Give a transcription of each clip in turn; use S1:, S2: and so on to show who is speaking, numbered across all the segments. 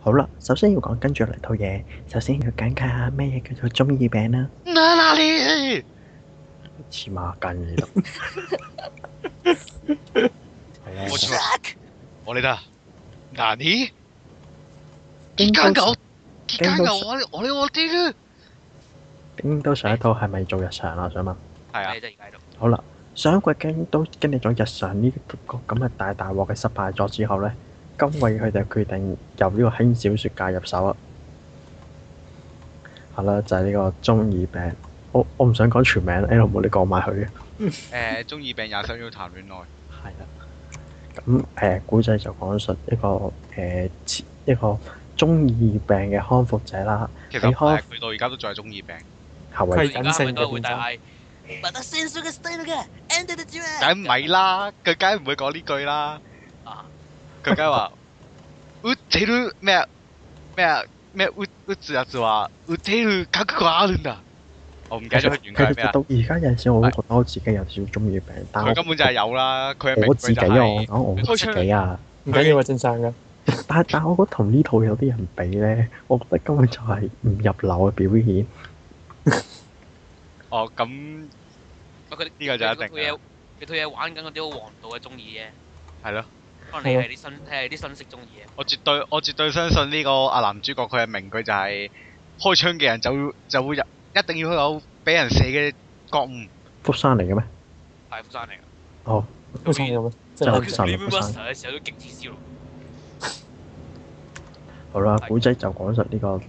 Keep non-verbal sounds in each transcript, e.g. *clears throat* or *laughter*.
S1: 好啦，首先要講跟住嚟套嘢，首先要簡介下咩嘢叫做中二病啦。
S2: 哪哪里？
S1: 黐孖筋嘅，係啦
S2: 我知啦，我理得。哪里？
S1: 冰刀
S2: 結間牛，結
S1: 跟
S2: 間
S1: 到
S2: 牛，我哋我哋我啲
S1: 京都上一套係咪做日常啊？我想問。
S2: 係啊，
S3: 你哋而家喺度
S1: 好啦，上一季京都經歷咗日常呢個咁嘅大大鑊嘅失敗咗之後咧，今季佢哋決定由呢個輕小說界入手啊。係啦，就係、呢個中二病。我我唔想講全名，L 冇你講埋佢嘅。
S2: 誒呃中二病廿想要談戀愛，
S1: 係啦。咁誒，古、仔就講述一個誒、切一個中二病嘅康復者啦，
S2: 其實唔
S1: 係
S2: 係佢到而家都仲係中二病，
S1: 後
S3: 佢
S1: 為
S3: 而家佢都會
S1: 變
S3: 大
S1: 身。
S3: 嗌，
S2: 梗唔係啦，佢梗唔會講呢句啦。
S3: 啊，
S2: 佢梗話， *laughs* うてる咩啊咩啊咩ううつやつはうてる覚悟あるんだ。我唔記
S1: 其
S2: 得咗
S1: 實
S2: 佢原
S1: 其
S2: 句係咩
S1: 實
S2: 啊？
S1: 到而家有陣時，我都覺得我自己有少少中二病，但
S2: 佢
S1: 我
S2: 根本就係有啦，佢嘅名
S1: 我自
S2: 句
S1: 己
S2: 就
S1: 啊，我
S2: 係
S1: 講我自己啊。
S4: 唔緊要啊，正常嘅。
S1: 但係但係我覺得同呢套有啲人比咧，我覺得根本就係唔入流嘅表現。
S2: 哦咁
S3: 不過佢
S2: 呢個就一定
S3: 佢套嘢，佢套嘢玩緊嗰啲好黃道嘅中意啫，
S2: 係咯，
S3: 可能你係啲新，你係啲新式中意嘅。
S2: 我絕對我絕對相信呢個阿男主角佢嘅名句就係開槍嘅人就要就會入一定要有俾人射嘅覺悟。
S1: 福山嚟嘅咩？
S3: 大夫生嚟㗎。
S1: 哦，
S4: 好慘咁啊！真
S1: 就係
S4: 係好
S1: 福
S4: 慘
S1: 山
S3: 你
S1: 福山。
S3: Master 嘅時候都極之笑容，
S1: 好啦，
S3: 係
S1: 古仔就講述呢、個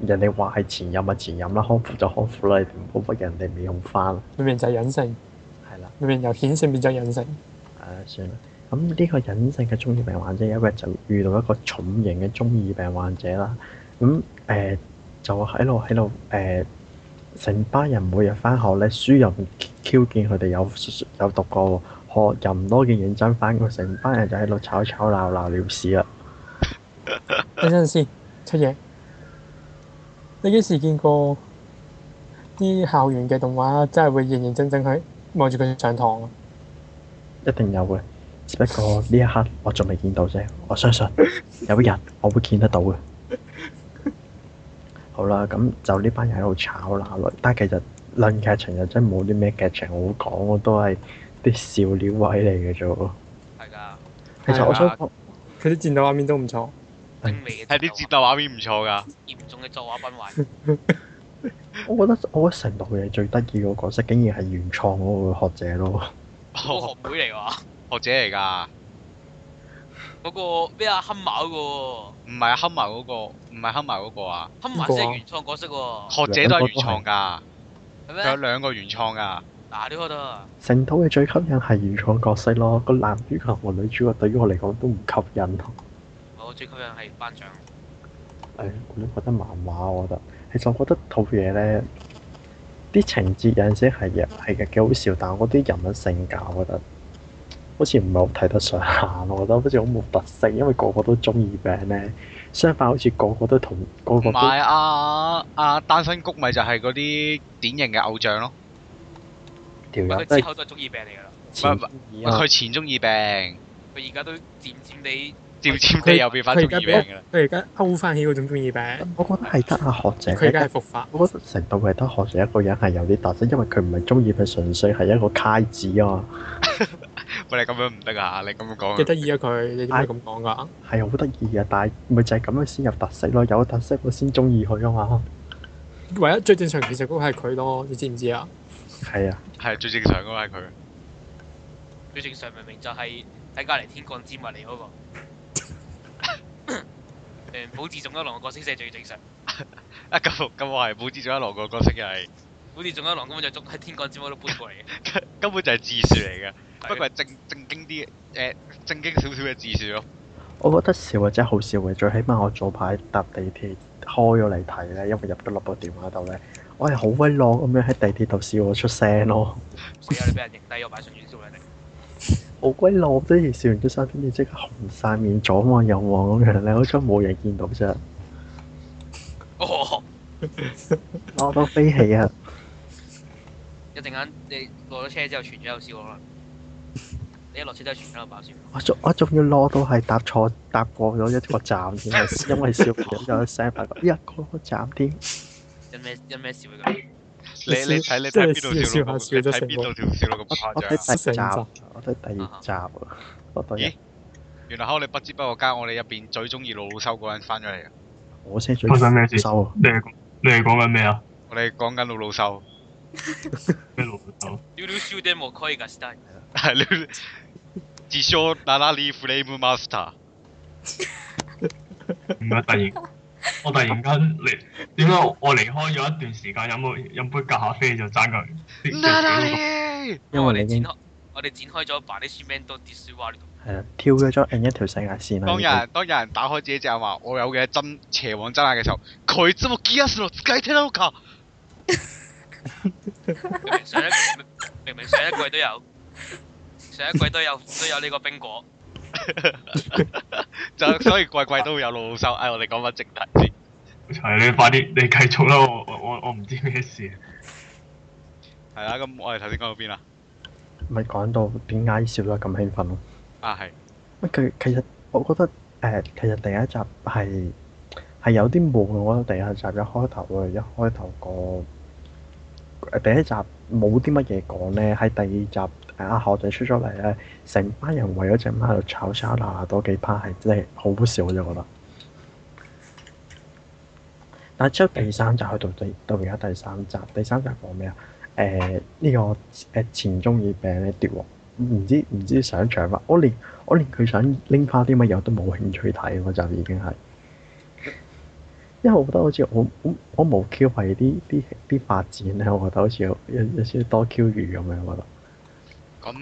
S1: 人哋話係前任啊前任啦，康復就康復啦，你唔好屈人哋面孔翻。
S4: 明明就係隱性，
S1: 係啦，
S4: 明明由顯性變咗隱性。
S1: 唉啊算啦。咁呢個隱性嘅中二病患者有一日就遇到一個重型嘅中二病患者啦。咁誒、呃就喺度喺度誒，成、班人每日翻學咧，書又唔 Q 見佢哋有有讀過喎，學又唔多見認真翻過，成班人就喺度吵吵鬧鬧了事啦。
S4: 等陣先，出嘢。你幾時見過啲校園嘅動畫真係會認認真真去望住佢上堂啊？
S1: 一定有嘅，只不過呢一刻我仲未見到啫。我相信有一日我會見得到嘅。好啦，咁就呢班人喺度吵鬧啦。但係其實論劇情又真係冇啲咩劇情好講，我都係啲笑料位嚟嘅啫喎。
S3: 係㗎，
S1: 其實我想講，
S4: 佢啲戰鬥畫面都唔錯。
S3: 精美嘅
S2: 係啲節奏畫面唔錯㗎。
S3: 嚴重嘅作畫崩壞，
S1: 我覺得我覺得成套嘢最得意個角色，竟然係原創嗰個學者咯。
S3: 我學妹嚟㗎，
S2: *laughs* 學者嚟㗎，
S3: 嗰個咩啊黑馬嗰個喎，
S2: 唔係黑埋嗰個，唔係黑埋嗰個啊，
S3: 黑馬先係原創角色喎，
S2: 學者都係原創㗎，佢有
S3: 係咩？
S2: 兩個原創㗎，
S3: 嗱，你開得，
S1: 成套嘅最吸引係原創角色咯，個男主角同女主角對於我嚟講都唔吸引咯。
S3: 我最吸引係班長，
S1: 誒，哎我都覺得漫畫，我覺得其實我覺得套嘢咧，啲情節有陣時係嘅係嘅幾好笑，但係我啲人物性格，我覺得好似唔係好睇得上眼，我覺得好似好冇特色，因為個個都中二病咧。相反，好似個個都同個
S2: 唔
S1: 個都
S2: 係啊啊單身谷咪就係嗰啲典型嘅偶像咯，
S1: 條
S3: 不過
S1: 友
S3: 佢
S1: 真
S3: 之
S1: 係
S3: 後都係中意病嚟㗎啦，
S1: 前二啊
S2: 佢前中二病，
S3: 佢而家都漸漸地
S2: 調尖地又變翻中二病㗎啦。
S4: 佢而家勾翻起嗰種中意病，
S1: 我覺得係得阿學
S4: 佢而家係
S1: 者，
S4: 復發。
S1: 我覺得成套係得學者一個人係有啲特色，因為佢唔係中意佢純粹係一個揩子啊嘛，
S2: 喂，你咁樣唔得啊！你咁樣
S4: 幾
S2: 講，
S4: 得意啊！佢你點解咁講㗎？
S1: 係好得意嘅，但係咪就係咁樣先有特色咯？有特色我先中意佢啊嘛，
S4: 唯一最正常其實嗰個係佢咯，你知唔知啊？
S1: 係啊。
S2: 係最正常嗰個係佢。
S3: 最正常明明就係喺隔離天降之物嚟嗰個。 *coughs* 誒，保自仲一郎嘅角色先係最正常，
S2: 啊咁咁我係冇知咗一郎個角色又係
S3: 保自仲一郎根本就中喺天降之物度搬過嚟嘅。
S2: 根本就係自樹嚟嘅， *laughs* 不過係正正經啲誒正經少少嘅自樹咯。
S1: 我覺得笑嘅真係好笑嘅，最起碼我早排搭地鐵開咗嚟睇咧，因為入咗落部電話度咧，我係好威樂咁樣喺地鐵度笑我出聲咯，
S3: 死啦！你俾人認低，我擺上院笑你哋。
S2: *laughs*
S1: 好鬼樂啫！笑完出聲，跟住即刻紅晒面，左望右望咁樣咧，好彩冇人見到啫，
S3: 哦，
S1: 我都飛起啊！
S3: 一陣間你落咗車之後傳咗有笑可能。你一落車都係全身都爆先。
S1: 我仲我仲要攞到係搭錯搭過咗一個站添， *laughs* 因為小朋友有 send 埋一個站添。
S3: 因咩因咩事會咁？
S2: 你你睇你睇邊度
S4: 笑
S2: 條路咁？
S4: 笑下笑
S2: 你
S4: 咗
S2: 睇
S4: 成
S2: 邊度條小路咁誇
S1: 我
S2: 張啊？
S4: *laughs*
S1: 睇第一
S4: 成
S1: 集，我睇第二集啊，我第一
S2: 咦原來喺我哋不知不覺間，我哋入邊最中意老老修嗰個人翻咗嚟啊！
S1: 我先最
S5: 發生咩事
S1: 收啊！
S5: 你係講你係講緊咩啊？
S2: 我哋講緊老老修，
S5: 咩老豆？
S3: 溜溜燒 demo 可以㗎，Stan。
S2: 係你自稱那拉里 Flame *laughs* Master，
S5: 點解突然
S3: *laughs*
S5: 我突然間你點解我我離開咗一段時間飲杯飲杯咖啡就爭佢？
S2: 那拉里
S1: 因為
S3: 我哋
S1: 你已
S3: 展
S1: 經
S3: 開我哋展開咗把啲 s h i m a n 都 d i s 呢度。
S1: 係啦，跳咗咗另一條世界線啊啦。
S2: 當有
S1: 已經
S2: 人當有人打開自己隻眼話我有嘅真邪王真眼嘅時候，佢怎麼 Gears の使い手なのか？
S3: 明明上一明明上一季都有，上一季都有都有呢個冰果。
S2: 就所以季季都會有老老修。唉，我哋講翻正題先。
S5: 係你快啲你繼續啦！我我我我唔知咩事。啊
S2: 係啦，咁我哋頭先講到邊啊啦？
S1: 咪講到點解笑得咁興奮咯？
S2: 啊係，
S1: 乜佢其實我覺得誒、其實第一集係係有啲悶，我覺得第一集一開頭啊，一開頭個誒第一集冇啲乜嘢講咧，喺第二集誒阿學仔出咗嚟咧，成班人為咗只貓喺度炒沙拿多幾 part 係真係好好笑，我就覺得。但係之後第三集去到第到而家第三集，第三集講咩啊？誒、呢、個誒前中耳病咧，奪王唔知唔知想搶乜，我連我連佢想拎翻啲乜嘢我都冇興趣睇嗰集已經係，因為我覺得好似我我我無 Q 係啲啲啲發展咧，我覺得好似有有有少少多 Q 魚咁樣，我覺得。
S2: 咁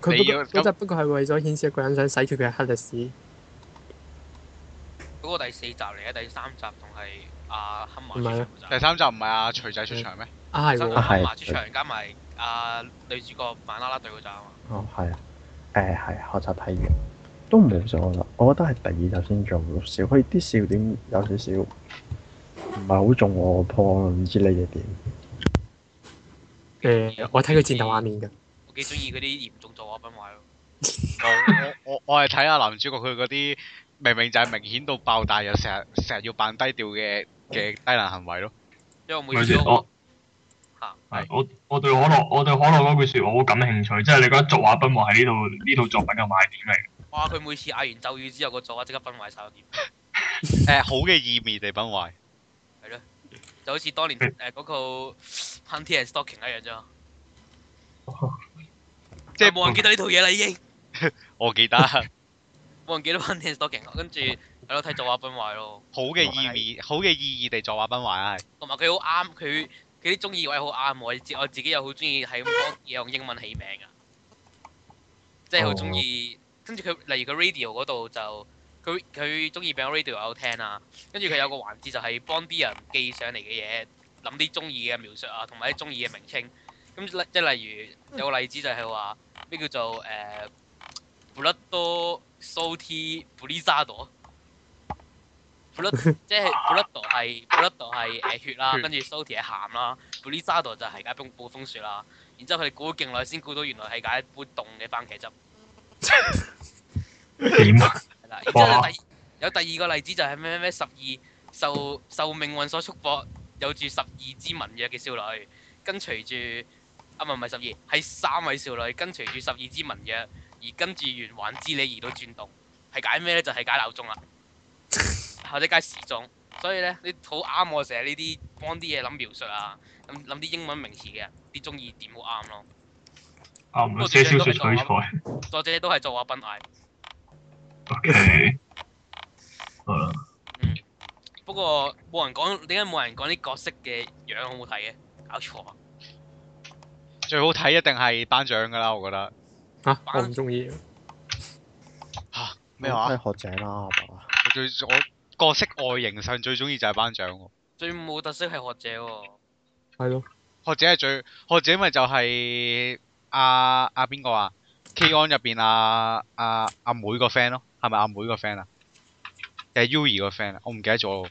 S4: 佢
S2: 你要
S4: 不過嗰集不過係為咗顯示一個人想洗脱佢嘅黑歷史。
S3: 嗰個第四集嚟嘅，第三集仲係阿黑馬
S4: 唔係啊
S3: 出場
S2: 第三集唔係阿徐仔出場咩？
S4: 啊係
S3: 嗰集
S4: 喎
S1: 啊係
S3: 黑馬出場加埋阿女主角曼啦啦隊嗰集啊嘛。
S1: 哦，係啊，誒係學習體驗都唔好咗啦，我覺得係第二集先做好笑，佢啲笑點有少少唔係好中我個 point，唔知你哋點？
S4: 誒，我睇佢戰鬥畫面嘅。
S3: 我幾中意嗰啲嚴重作惡崩壞咯。
S2: *laughs* 我我我係睇下男主角佢嗰啲明明就係明顯到爆大，又成日成日要扮低調嘅嘅低能行為咯。
S3: 因為我每
S5: 咪
S3: 次
S5: 先
S3: 都
S5: 我
S3: 嚇
S2: 係
S5: 我我對可樂我對可樂嗰句説話好感興趣，即係你覺得作畫筆墨喺呢度呢套作品嘅賣點嚟。
S3: 哇！佢每次嗌完咒語之後，個作畫即刻崩壞晒啲，
S2: 誒、好嘅意味地崩壞。
S3: 就好似當年誒嗰套《Hunting and Stalking》一樣啫。
S2: 即
S3: 即
S2: 係
S3: 係冇人記得呢套嘢啦，已經
S2: 我 *laughs* 記得好
S3: 冇人記得《Hunting and Stalking》，跟住係咯睇作畫崩壞咯。
S2: 嘅意味，好嘅意義地作畫崩壞啊！係
S3: 同埋佢好啱，佢佢啲中意位好啱我自，我自己又好中意係咁講嘢用英文起名噶，即係好中意。跟住佢例如佢 radio 嗰度就佢佢中意病 radio 有聽啊，跟住佢有個環節就係幫啲人記上嚟嘅嘢，諗啲中意嘅描述啊，同埋啲中意嘅名稱。咁例即係例如有個例子就係話咩叫做誒、呃、Blood Salty Blizzard。Blood 即係 Blood 係 Blood 係誒血啦，
S2: 血
S3: 跟住 Salty 係鹹啦，Blizzard 就係解冰暴風雪啦。然之後佢哋估咗勁耐先估到原來係解杯凍嘅番茄汁。*laughs*
S5: 點啊？
S3: 係啦，然之後
S5: 哇
S3: 第有第二個例子就係咩咩咩十二受受命運所束縛，有住十二支文約嘅少女，跟隨住啊唔係唔係十二，係三位少女跟隨住十二支文約，而跟住圓環之理而到轉動，係解咩咧？就係、解鬧鐘啦，或者解時鐘。所以咧，你好啱我成日呢啲幫啲嘢諗描述啊，諗諗啲英文名詞嘅，啲中意點好啱咯。
S5: 啊，唔些少少取材。
S3: 作者都係作畫崩嗌。
S5: O
S3: *laughs*
S5: K。好啦，
S3: 嗯，不過冇人講，點解冇人講啲角色嘅樣好唔好睇嘅？搞錯啊！
S2: 最好睇一定係頒獎㗎啦，我覺得。
S4: 嚇，啊我唔中意。
S2: 嚇咩話？
S1: 都係學者啦，係嘛？
S2: 我最我角色外形上最中意就係頒獎喎。
S3: 最冇特色係學者喎，
S4: 係咯，
S2: 學者係最學者咪就係阿阿邊個啊？K on 入邊阿阿阿妹個 friend 咯，係咪阿妹個 friend 啊？定係 Uri 個 friend 啊？我唔記得咗咯。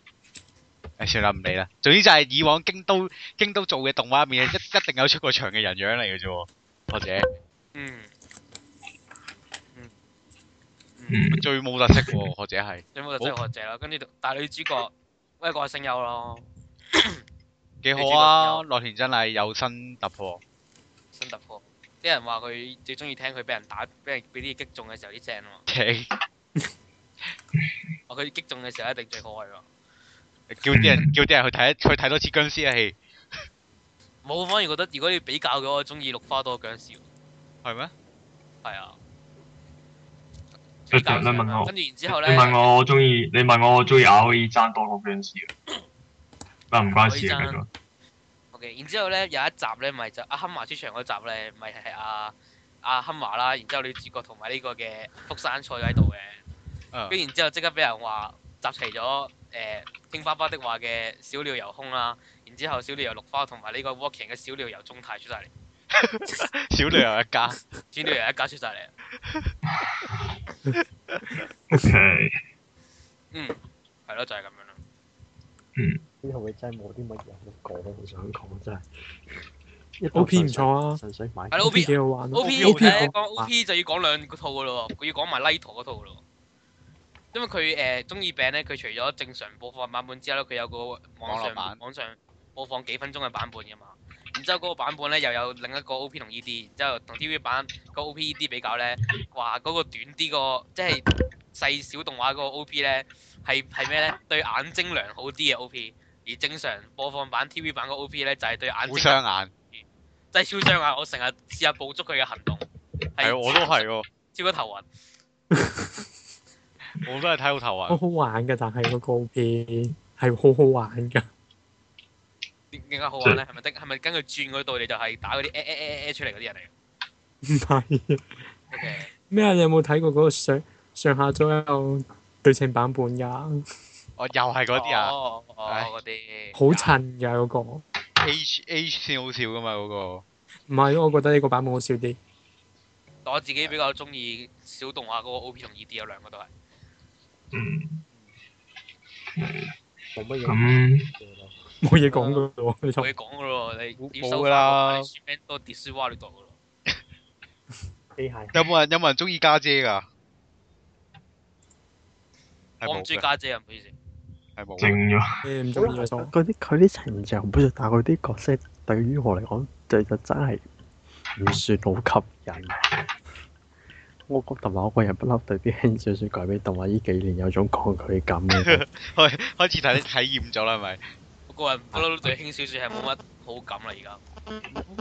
S2: 誒算啦，唔理啦。總之就係以往京都京都做嘅動畫入面，一一定有出過場嘅人樣嚟嘅啫喎。學者
S3: 嗯，
S5: 嗯，
S2: 最冇特色喎，或者係
S3: 你冇就真係學者啦。跟住但係女主角一個聲優咯，
S2: 幾好啊！內田真係有新突破，
S3: 新突破。啲人話佢最中意聽佢俾人打，俾人俾啲嘢擊中嘅時候啲聲啊嘛。哦
S2: 企
S3: 話佢擊中嘅時候一定最可愛喎。
S2: 叫啲人叫啲人去睇去睇多次僵屍嘅戲，
S3: 冇，反而覺得如果你比較嘅話，我中意綠花多過僵屍喎。
S2: 係咩？
S3: 係啊。
S5: 你問我
S3: 跟住然之後咧，
S5: 你問我我中意，你問我我中意阿可以爭多過僵屍啊。但唔關事
S3: 阿可以
S5: 啊，繼
S3: 爭
S5: 續。
S3: OK，然之後咧有一集咧，咪就阿堪華出場嗰集咧，咪係阿阿堪華啦，然之後女主角同埋呢個嘅福山菜喺度嘅，
S2: 嗯
S3: 跟住然之後即刻俾人話集齊咗誒聽爸爸的話嘅小鳥由空啦，然之後小鳥由綠花同埋呢個 Walking 嘅小鳥由中泰出晒嚟，
S2: 小女友一家，
S3: 小鳥由一家出晒嚟，
S5: O K，
S3: 嗯，係咯，就係咁樣啦。
S1: 呢套嘢真係冇啲乜嘢好講，好想講真係。一套
S4: O.P. 唔
S1: 純粹
S4: 錯啊
S1: 純粹買
S3: 係咯
S4: O.P.
S3: OP
S4: 幾好玩啊
S3: O P
S2: 好
S4: O.P.
S2: 睇
S3: 咧
S4: 我
S3: 講啊 O P 就要講兩套噶咯喎，佢要講埋 l i t 嗰套噶咯喎。因為佢誒中二病咧，佢除咗正常播放版本之後咧，佢有個網
S2: 網絡版
S3: 上網上播放幾分鐘嘅版本噶嘛。然之後嗰個版本咧又有另一個 O P 同 E D，然之後同 T V 版個 O P E D 比較咧，話嗰個短啲個即係細小動畫嗰個 O P 咧係係咩咧？對眼睛良好啲嘅 O P，而正常播放版 T V 版個 O P 咧就係對眼
S2: 好
S3: 睛
S2: 雙眼，
S3: 真係超傷啊！我成日試下捕捉佢嘅行動，
S2: 係啊我都係喎，
S3: 超咗頭暈。
S2: 我都係睇到頭
S4: 好
S3: 哦
S2: 暈。
S4: 好玩㗎，但係嗰個 O.P. 係好好玩㗎。
S3: 點點解好玩咧？係咪的？係咪跟佢轉嗰度你就係打嗰啲誒誒誒誒出嚟嗰啲人
S4: 唔係啊
S3: 嚟？OK，
S4: 咩啊？你有冇睇過嗰個上上下左右對稱版本㗎？
S2: 我哦又係嗰啲啊
S3: 哦哦
S2: 唉
S3: 嗰啲
S4: 好襯㗎嗰個。唔
S2: ，H H 先好笑噶嘛嗰個。係
S4: 係咯，我覺得呢個版本好笑啲。
S3: 我自己比較中意小動畫嗰個 O P 同 E D 有兩個都係。
S5: 嗯，
S1: 冇乜嘢
S5: 咁
S1: 咯。
S4: 冇嘢講㗎喎，你就
S3: 冇嘢講噶咯，你
S2: 冇
S3: 要收
S2: 冇㗎啦
S3: 翻書名多 d i s 呢度噶咯。
S1: 機械
S2: 有冇人有冇人中意家姐㗎？係
S3: 我
S2: 冇
S3: 唔中意
S2: 嘅，
S3: 家姐啊，唔好意思。
S2: 係冇
S5: 靜
S2: 嘅。
S5: 咗。
S4: 你唔中意就數。
S1: 嗰啲佢啲情節好唔錯，但係佢啲角色對於我嚟講，就就真係唔算好吸引。我覺得話我個人不嬲對啲輕小說改編動畫呢幾年有種抗拒感
S2: *laughs*
S1: 嘅，
S2: *laughs* 開開始睇體驗咗啦，係咪？
S3: 我個人不嬲都對輕小說係冇乜好感啦，而家。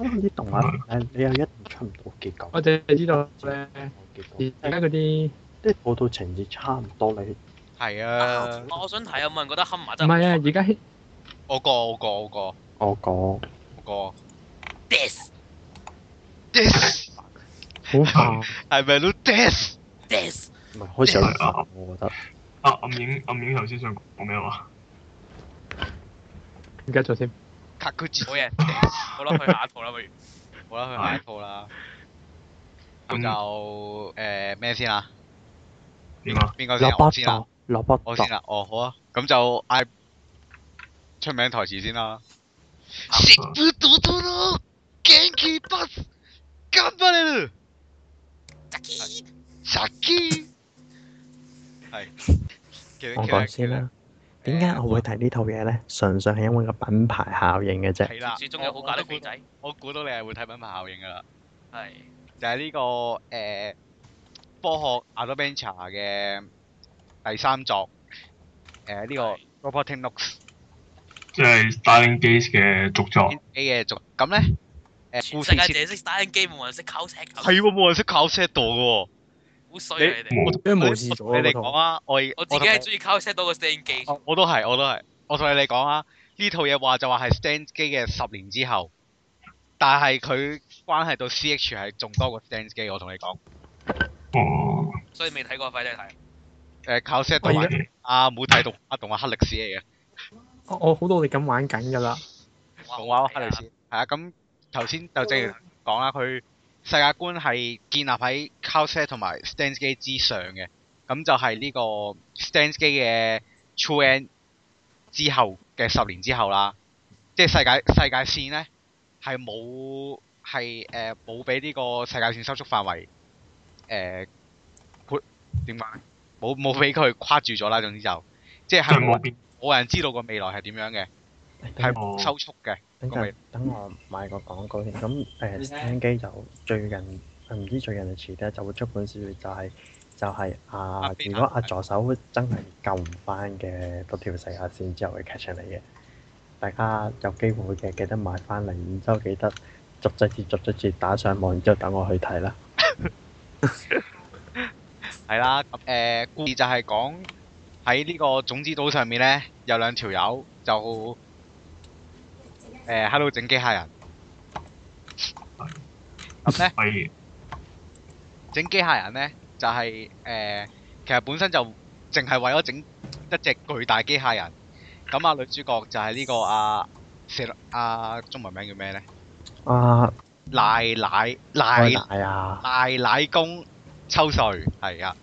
S1: 因為啲動畫咧你又一定出唔到結果
S4: 我。淨係知道咧，
S1: 結
S4: 而家嗰啲
S1: 即係嗰套情節差唔多，你
S2: 係
S3: 啊
S2: 啊，
S3: 我我想睇有冇人覺得黑馬
S4: 唔
S3: 真係
S4: 係啊，而家興
S2: 我過我過我過
S1: 我講
S2: 我過。
S3: this
S2: This
S4: 好煩，
S2: 係咪都 This？
S3: this
S1: 唔係開始
S2: *laughs*
S1: 有啲煩，我覺得。
S5: 啊，暗影暗影頭先想講咩話？
S4: 唔記得咗先。
S2: 卡佢字
S3: 好嘢，好啦，去下一套啦，不如。
S2: 好啦，去下一套啦。咁就誒咩先啊？
S5: 點啊？
S2: 邊個先
S1: 落北
S2: 啊？我先啊
S1: 度，，落北
S2: 我先
S1: 度，
S2: 啊。哦，好啊。咁就嗌出名台詞先啦。
S5: 食
S2: 不讀讀の元気パス頑張れるザキー係其實
S1: 我
S2: 其實
S1: 講先啦。點解我會睇呢套嘢咧？純粹係因為個品牌效應嘅啫。
S2: 係啦，
S3: 最中有好假的肥仔，
S2: 我估到你係會睇品牌效應㗎啦，
S3: 係
S2: 就係呢個誒科學 Adventure 嘅第三作誒呢個 Roboting Looks
S5: 即係 Starling Gaze 嘅續作，
S2: A 嘅續咁咧誒
S3: 全
S2: 故
S3: 世
S2: 事
S3: 界
S2: 設
S3: 淨係識打緊機，冇人識靠石球，
S2: 係喎，冇人識搞 set 度㗎喎。
S3: 好衰啊你哋！
S5: 冇
S4: 因為無視咗
S2: 你哋
S4: 嗰
S2: 講
S4: 套。
S2: 啊，我
S3: 我自己係中意靠石到個 stand 機，
S2: 我我都係，我都係。我同你哋講啊，呢套嘢話就話係 Stand 機嘅十年之後，但係佢關係到 CH 係仲多過 Stand 機。我同你講，
S5: 哦，
S3: 所以未睇過快啲睇。
S2: 誒靠 set
S4: 我
S2: 同
S4: 而
S2: 埋
S4: 家
S2: 啊冇睇動畫動畫黑歷史嚟嘅，
S4: 我我好努力咁玩緊㗎啦。
S3: 哇
S2: 動畫
S3: 好睇
S2: 黑
S3: 啊嗯
S2: 歷史係啊。咁頭先就正如講啦，佢世界觀係建立喺靠 set 同埋 Stand 機之上嘅，咁就係呢個 Stand 機嘅 True End 之後嘅十年之後啦。即係世界世界線咧係冇係誒冇俾呢個世界線收縮範圍誒、括點解？冇冇俾佢跨住咗啦，總之就即係
S5: 即係
S2: 冇
S5: 冇
S2: 人
S5: 變
S2: 冇人知道個未來係點樣嘅，
S1: 係
S5: 哦
S2: 係收束嘅。
S1: 等
S2: 咁咪
S1: 陣，等我賣個廣告先。咁誒，聽機就最近唔知最近定遲啲就會出本小説，就係就係啊
S2: 阿，飛
S1: 如果阿
S2: 彈
S1: 助手真係救唔翻嘅嗰條世界線之後嘅劇情嚟嘅，大家有機會嘅記得買翻嚟，然之後記得逐隻字逐隻字打上網，然之後等我去睇啦。
S2: 係啦，誒、故事就係講喺呢個種子島上面咧，有兩條友就誒喺度整機械人。咁咧
S5: 係
S2: 整機械人咧就係、呃其實本身就淨係為咗整一隻巨大機械人。咁啊，女主角就係呢、個啊射啊中文名叫咩咧？
S1: 啊，
S2: 賴奶
S1: 開
S2: 賴
S1: 大啊！
S2: 賴奶公秋穗係啊。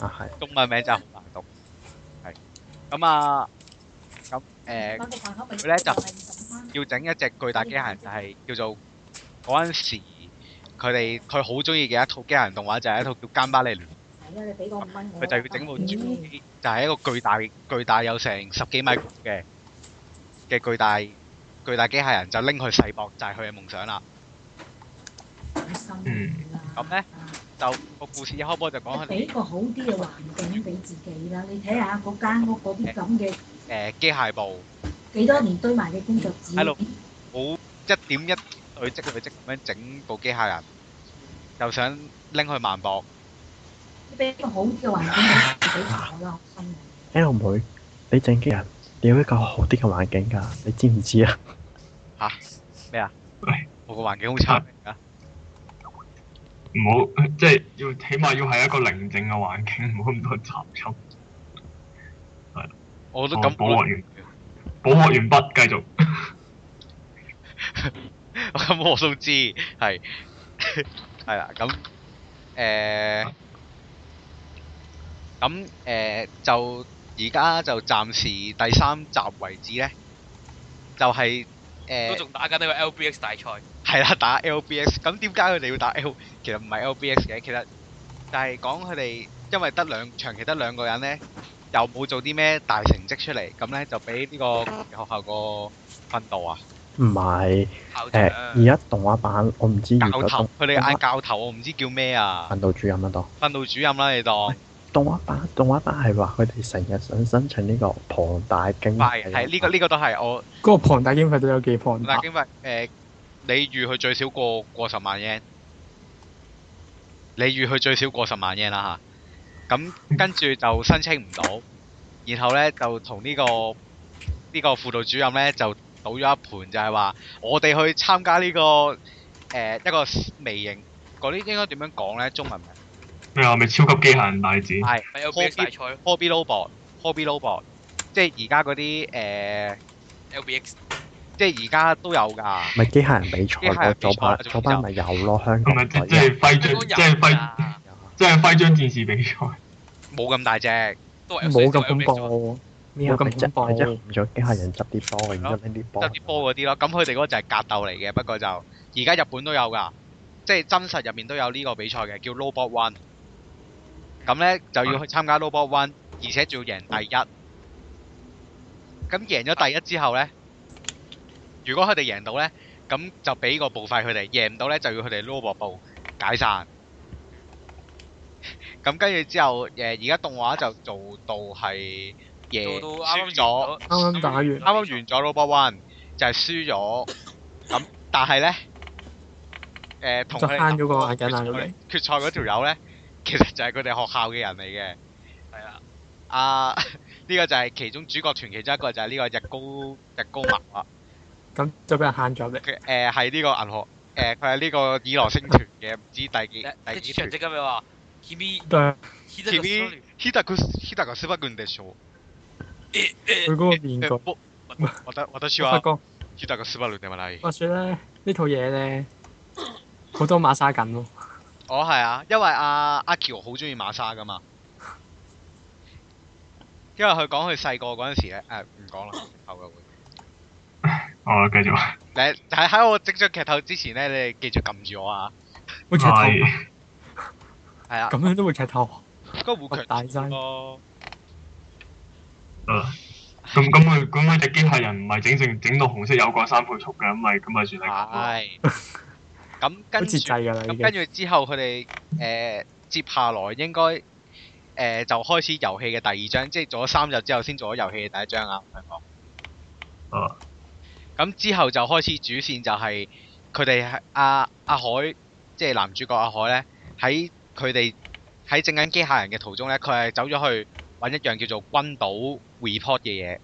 S1: 啊係，
S2: 中文名真係好難讀，係咁啊，咁誒、呃
S6: 佢
S2: 咧就要整一隻巨大機械人，就係、叫做嗰陣時佢哋佢好中意嘅一套機械人動畫，就係、一套叫《奸巴利聯》，佢就要整部專機，就係、一個巨大巨大有成十幾米高嘅嘅巨大巨大機械人，就拎去世博，就係佢嘅夢想啦。
S5: 嗯
S2: 咁咧就個故事一開波就講佢
S6: 俾
S2: 哋
S6: 個好啲嘅環境俾自己啦。你睇下嗰間屋嗰啲咁嘅
S2: 誒機械部。
S6: 幾多年堆埋嘅工作紙，
S2: 喺度好一點一累積累積咁樣整部機械人，又想拎去萬博，
S6: 俾個好啲嘅環境俾自己搞啦，好辛苦。
S1: L 妹，你正機人，你要一個好啲嘅環境㗎，你知唔知啊？
S2: 我個環境好差啊！
S5: 唔好，即係要起碼要係一個寧靜嘅環境，唔好咁多雜音。
S2: 我都
S5: 好
S2: 咁
S5: 保鑊完，保鑊完畢，繼續。
S2: 咁我都知係係啦，咁誒咁誒就而家就暫時第三集為止咧，就係、誒。
S3: 都仲打緊呢個 LBX 大賽，
S2: 係啦，打 LBS。咁點解佢哋要打 L？其實唔係 LBS 嘅，其實就係講佢哋因為得兩長期得兩個人咧，又冇做啲咩大成績出嚟，咁咧就俾呢個學校個訓導啊
S1: 唔
S2: *laughs*
S1: 係
S3: 校長
S1: 誒，而家動畫版我唔知如
S2: 教
S1: 果動
S2: 頭，佢哋嗌教頭，我唔知叫咩啊，
S1: 訓導主任嗰度。
S2: 訓導主任啦，你當
S1: 動畫版動畫版係話佢哋成日想申請呢個龐大啊經
S2: 係係嗯呢個呢個都係我
S4: 嗰個龐大經費到有幾龐
S2: 嗱，
S4: 大？
S2: 因為誒你預佢最少過過十萬 yen，你預佢最少過十萬 yen 啦吓，咁跟住就申請唔到，然後咧就同呢、個呢、個輔導主任咧就賭咗一盤，就係話我哋去參加呢、個誒、一個微型嗰啲應該點樣講咧？中文名
S5: 咩啊？咪超級機械人大戰？
S2: 係
S3: 咪 LBX 大賽咯
S2: Hobby Robot，Hobby Robot，即係而家嗰啲誒，
S3: ，LBX
S2: 即係而家都有㗎。
S1: 咪機械人比賽
S2: 機械人
S1: 嗰
S2: 比賽啊
S1: 早排
S2: 仲
S1: 早
S2: 有
S1: 排咪有咯，香
S5: 係
S1: 港
S5: 咪
S1: 咪
S5: 即即係徽章？即係
S3: 香港有
S5: 徽
S3: 啊，
S5: 即係徽章戰士比賽？
S2: 冇咁大隻。
S3: 都係
S4: 冇咁恐
S3: LBX 啫嘛
S4: 怖，
S1: 呢個咪即
S4: 冇咁恐怖
S1: 係即係咗機械人執啲波，然之後拎啲波，
S2: 執啲波啊嗰啲咯。咁佢哋嗰個就係格鬥嚟嘅，不過就而家日本都有㗎，即係真實入面都有呢個比賽嘅，叫 Robot One。咁咧就要去參加 Robot One，而且仲要贏第一。咁贏咗第一之後咧，如果佢哋贏到咧，咁就俾個部費佢哋；贏唔到咧，就要佢哋 Robot 部解散。咁跟住之後，誒而家動畫就做到係贏
S3: 做到啱
S2: 輸
S3: 啱
S2: 咗。
S3: 完咗
S4: 啱啱打完
S2: 啱啱完咗 Robot One 就係輸咗，咁但係咧，誒同
S4: 就
S2: 佢哋
S4: 慳咗個眼鏡啦咁樣
S2: 決賽嗰條友咧， *laughs* 其實就係佢哋學校嘅人嚟嘅。
S3: 係啊，
S2: 啊， *laughs* 呢個就係其中主角團其中一個就係呢個日高日高麻啦。
S4: 咁就俾人慳咗你。
S2: 佢誒係呢個銀河誒，佢係呢個以羅星團嘅，唔知第幾第
S3: 你
S2: 幾
S3: 主場
S2: 團
S3: 即。刻咪話 Kimi
S4: 但係
S2: TV
S3: Kimi
S2: Hida 佢 Hida 佢識不管地數。
S4: 佢嗰個面具，
S2: 我我得我得輸
S4: 發
S2: 啊
S4: 覺
S2: ！Hida 佢識不管地問題。
S4: 話説咧，呢套嘢咧好多馬沙緊咯。
S2: 哦，係啊，因為阿阿喬好中意馬莎噶嘛，因為佢講佢細個嗰陣時咧，誒唔講啦，劇透嘅會。
S5: 哦，繼續。
S2: 你喺喺我即將劇透之前咧，你哋記住撳住我啊！
S4: 好劇透
S5: 係。
S2: 系啊，
S4: 咁樣都會劇透。
S2: 嗰個胡強
S4: 大劑
S2: 咯，
S5: 啊咁咁佢咁佢只機械人唔係整成整到紅色有個三倍速嘅，咁咪咁咪算係
S2: 啊
S5: 咁咯
S2: 係。咁
S4: 好
S2: 跟住
S4: 節制㗎啦，已
S2: 咁
S4: 經
S2: 跟住之後，佢哋誒接下來應該誒、呃就開始遊戲嘅第二章，即係做咗三日之後先做咗遊戲嘅第一章啊，唔係講。
S5: 啊。
S2: 咁之後就開始主線就係佢哋係阿阿海，即係男主角阿海咧，喺佢哋喺整緊機械人嘅途中咧，佢係走咗去揾一樣叫做軍島 report 嘅嘢。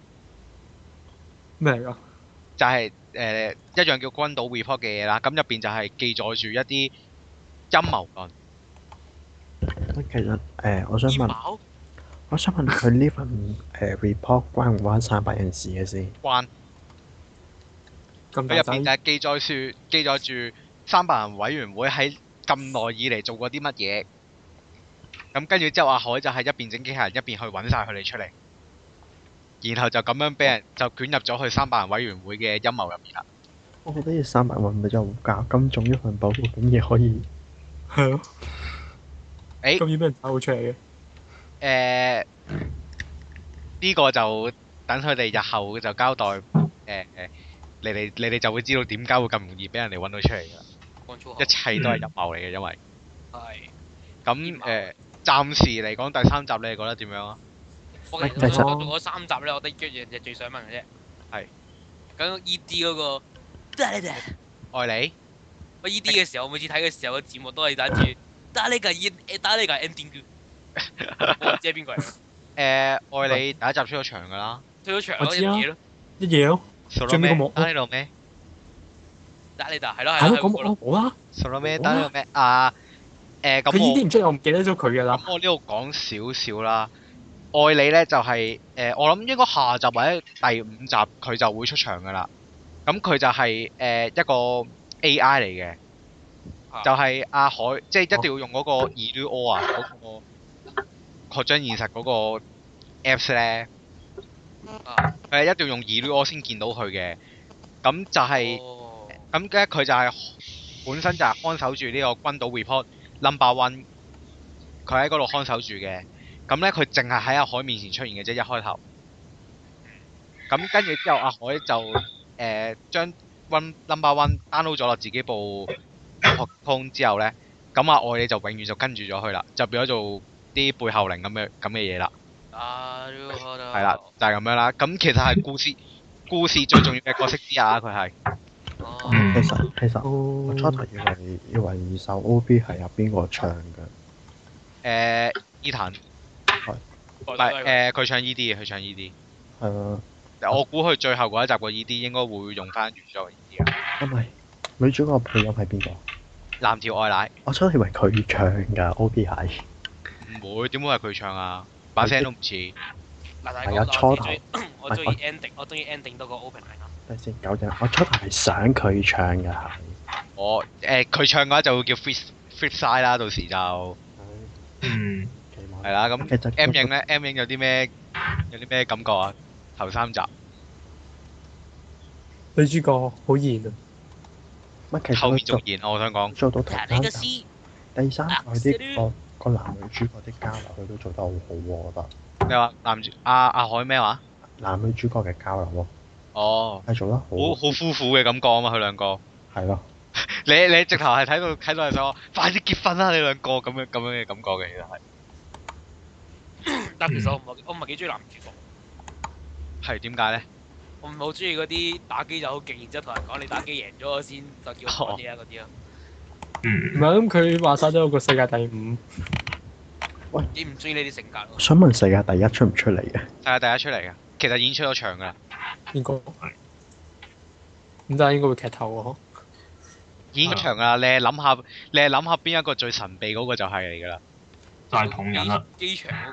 S4: 咩嚟㗎？
S2: 就係、呃一樣叫軍島 report 嘅嘢啦，咁入邊就係記載住一啲陰謀論。
S1: 咁其實誒、呃我想
S3: 煙
S1: 問，
S3: 矛
S1: 我想問佢呢份誒、呃 report 關唔關三百人事嘅先？
S2: 關
S4: 咁
S2: 佢入
S4: 大
S2: 邊
S4: 劑
S2: 就係記載住記載住三百人委員會喺咁耐以嚟做過啲乜嘢。咁跟住之後，阿海就係一邊整機械人，一邊去揾晒佢哋出嚟，然後就咁樣俾人就捲入咗去三百人委員會嘅陰謀入面啦。
S1: 我覺得呢三百運咪就好搞，咁重一份寶寶竟然可以
S4: *laughs* 係咯，
S2: 誒
S4: 咁要俾人打到出嚟嘅。
S2: 誒、呢、個就等佢哋日後就交代誒、誒你哋你哋就會知道點解會咁容易俾人哋揾到出嚟㗎啦，
S3: 講粗口
S2: 一切都係陰謀嚟嘅，因為
S3: 係。
S2: 咁誒、暫時嚟講第三集你哋覺得點樣啊？
S3: 我其
S1: 喂
S4: 其實
S3: 實我做咗三集咧，我得一樣嘢最想問嘅啫。
S2: 係。
S3: 咁 E.D. 嗰個，
S2: 愛你
S3: 我 E.D. 嘅時候，每次睇嘅時候個字幕都係打住打呢個 E，打呢個 ending 嘅。我唔知係邊個嚟？
S2: 誒、呃愛你第一集出咗場㗎啦，
S3: 退咗場
S4: 我
S3: 咯，一
S4: 知啊
S3: 嘢咯，
S4: 一嘢咯，
S2: solo
S4: 最尾個
S2: 咩
S4: 幕？
S2: 打你到咩
S3: 打呢度係咯
S4: 係咯，
S3: 係咯係
S4: 咁
S3: 咯。
S4: 我冇啦。
S2: ？solo 咩打你到咩啊？誒咁、
S4: 哦佢呢
S2: 我
S4: 啲唔出，我唔記得咗佢㗎啦
S2: 咁。我呢度講少少啦。愛你呢就係、呃我諗應該下集或者第五集佢就會出場噶啦。咁佢就係、呃一個 AI 嚟嘅，
S3: 啊
S2: 就係阿海，即係一定要用嗰個
S4: 哦
S2: e l o 啊嗰個擴張現實嗰個 Apps 咧，
S3: 啊
S2: 佢係一定要用 e l o 先見到佢嘅。咁就係、
S3: 哦
S2: 咁咧，佢就係本身就係看守住呢個軍島 report number one，佢喺嗰度看守住嘅。咁咧，佢淨係喺阿海面前出現嘅啫，一開頭。咁跟住之後，阿海就誒、呃、將 one number one download 咗落自己部 p o 之後咧，咁阿愛你就永遠就跟住咗佢啦，就變咗做啲背後靈咁嘅咁嘅嘢啦。
S3: 啊呢個
S2: 係啦，就係、咁樣啦。咁其實係故事故事最重要嘅角色之一啊啦，佢係。
S3: 哦
S5: 嗯
S1: 其實其實我
S4: 哦
S1: 初頭以為以為二手 O.B 係有邊個唱嘅，
S2: 誒伊藤唔
S3: 我都
S2: 係
S3: 係
S2: 誒，佢唱 E.D. 嘅，佢唱 E.D.
S1: 係啊，
S2: 我估佢最後嗰一集個 E.D. 應該會用翻原作嘅 E E.D. 嘅
S1: 因為女主角配音係邊個？
S2: 藍條愛奶
S1: 我初頭以為佢唱㗎 O.B 係，
S2: 唔會，點會係佢唱啊？把聲都唔似。
S3: 嗱，大
S1: 係啊
S3: 哥，
S1: 初
S3: 我
S1: 頭
S3: 最 *clears throat* 我中意 ending，我中意 ending 多過 opening 啊。
S1: 等陣先九隻，我初頭係想佢唱㗎係，
S2: 我誒佢唱嘅話就會叫 Free Free Side 啦，到時就係
S5: 嗯，
S1: 期望
S2: 啦。咁
S1: 其實
S2: M 影咧，M 影有啲咩有啲咩感覺啊？頭三集
S4: 女主角好熱啊！
S1: 乜其
S2: 後面
S1: 實
S2: 仲
S1: 做
S2: 現啊，我想講
S1: 做到頭三
S3: 嗱，你個
S1: 集
S3: C
S1: 第三集啲個個男女主角啲交流，佢都做得好好喎，我覺得
S2: 你話男主阿阿海咩話？
S1: 男女主角嘅交流
S2: 哦，
S1: 喎係做得
S2: 好
S1: 好，
S2: 好夫婦嘅感覺啊嘛，佢兩個。
S1: 係咯。
S2: 你你直頭係睇到睇到係想話快啲結婚啦！你兩個咁樣咁樣嘅感覺嘅，其實係
S3: 但其實我唔係我唔係幾中意男主角。
S2: 係點解咧？
S3: 我唔係好中意嗰啲打機就好勁，然之後同人講你打機贏咗先就叫我講嘢啊嗰啲咯。
S4: 唔
S5: 嗯，
S4: 係咁，佢話晒都有個世界第五，
S3: 你唔中意呢啲性格咯。
S1: 想問世界第一出唔出嚟嘅？
S2: 係啊，第一出嚟嘅，其實已經出咗場噶啦，
S4: 應該咁但係應該會劇透喎。
S2: 已經出場
S1: 啊
S2: 噶啦。你係諗下，你係諗下邊一個最神秘嗰個就係嚟噶啦。
S5: 就係同人啊啦。
S3: 機場嗰個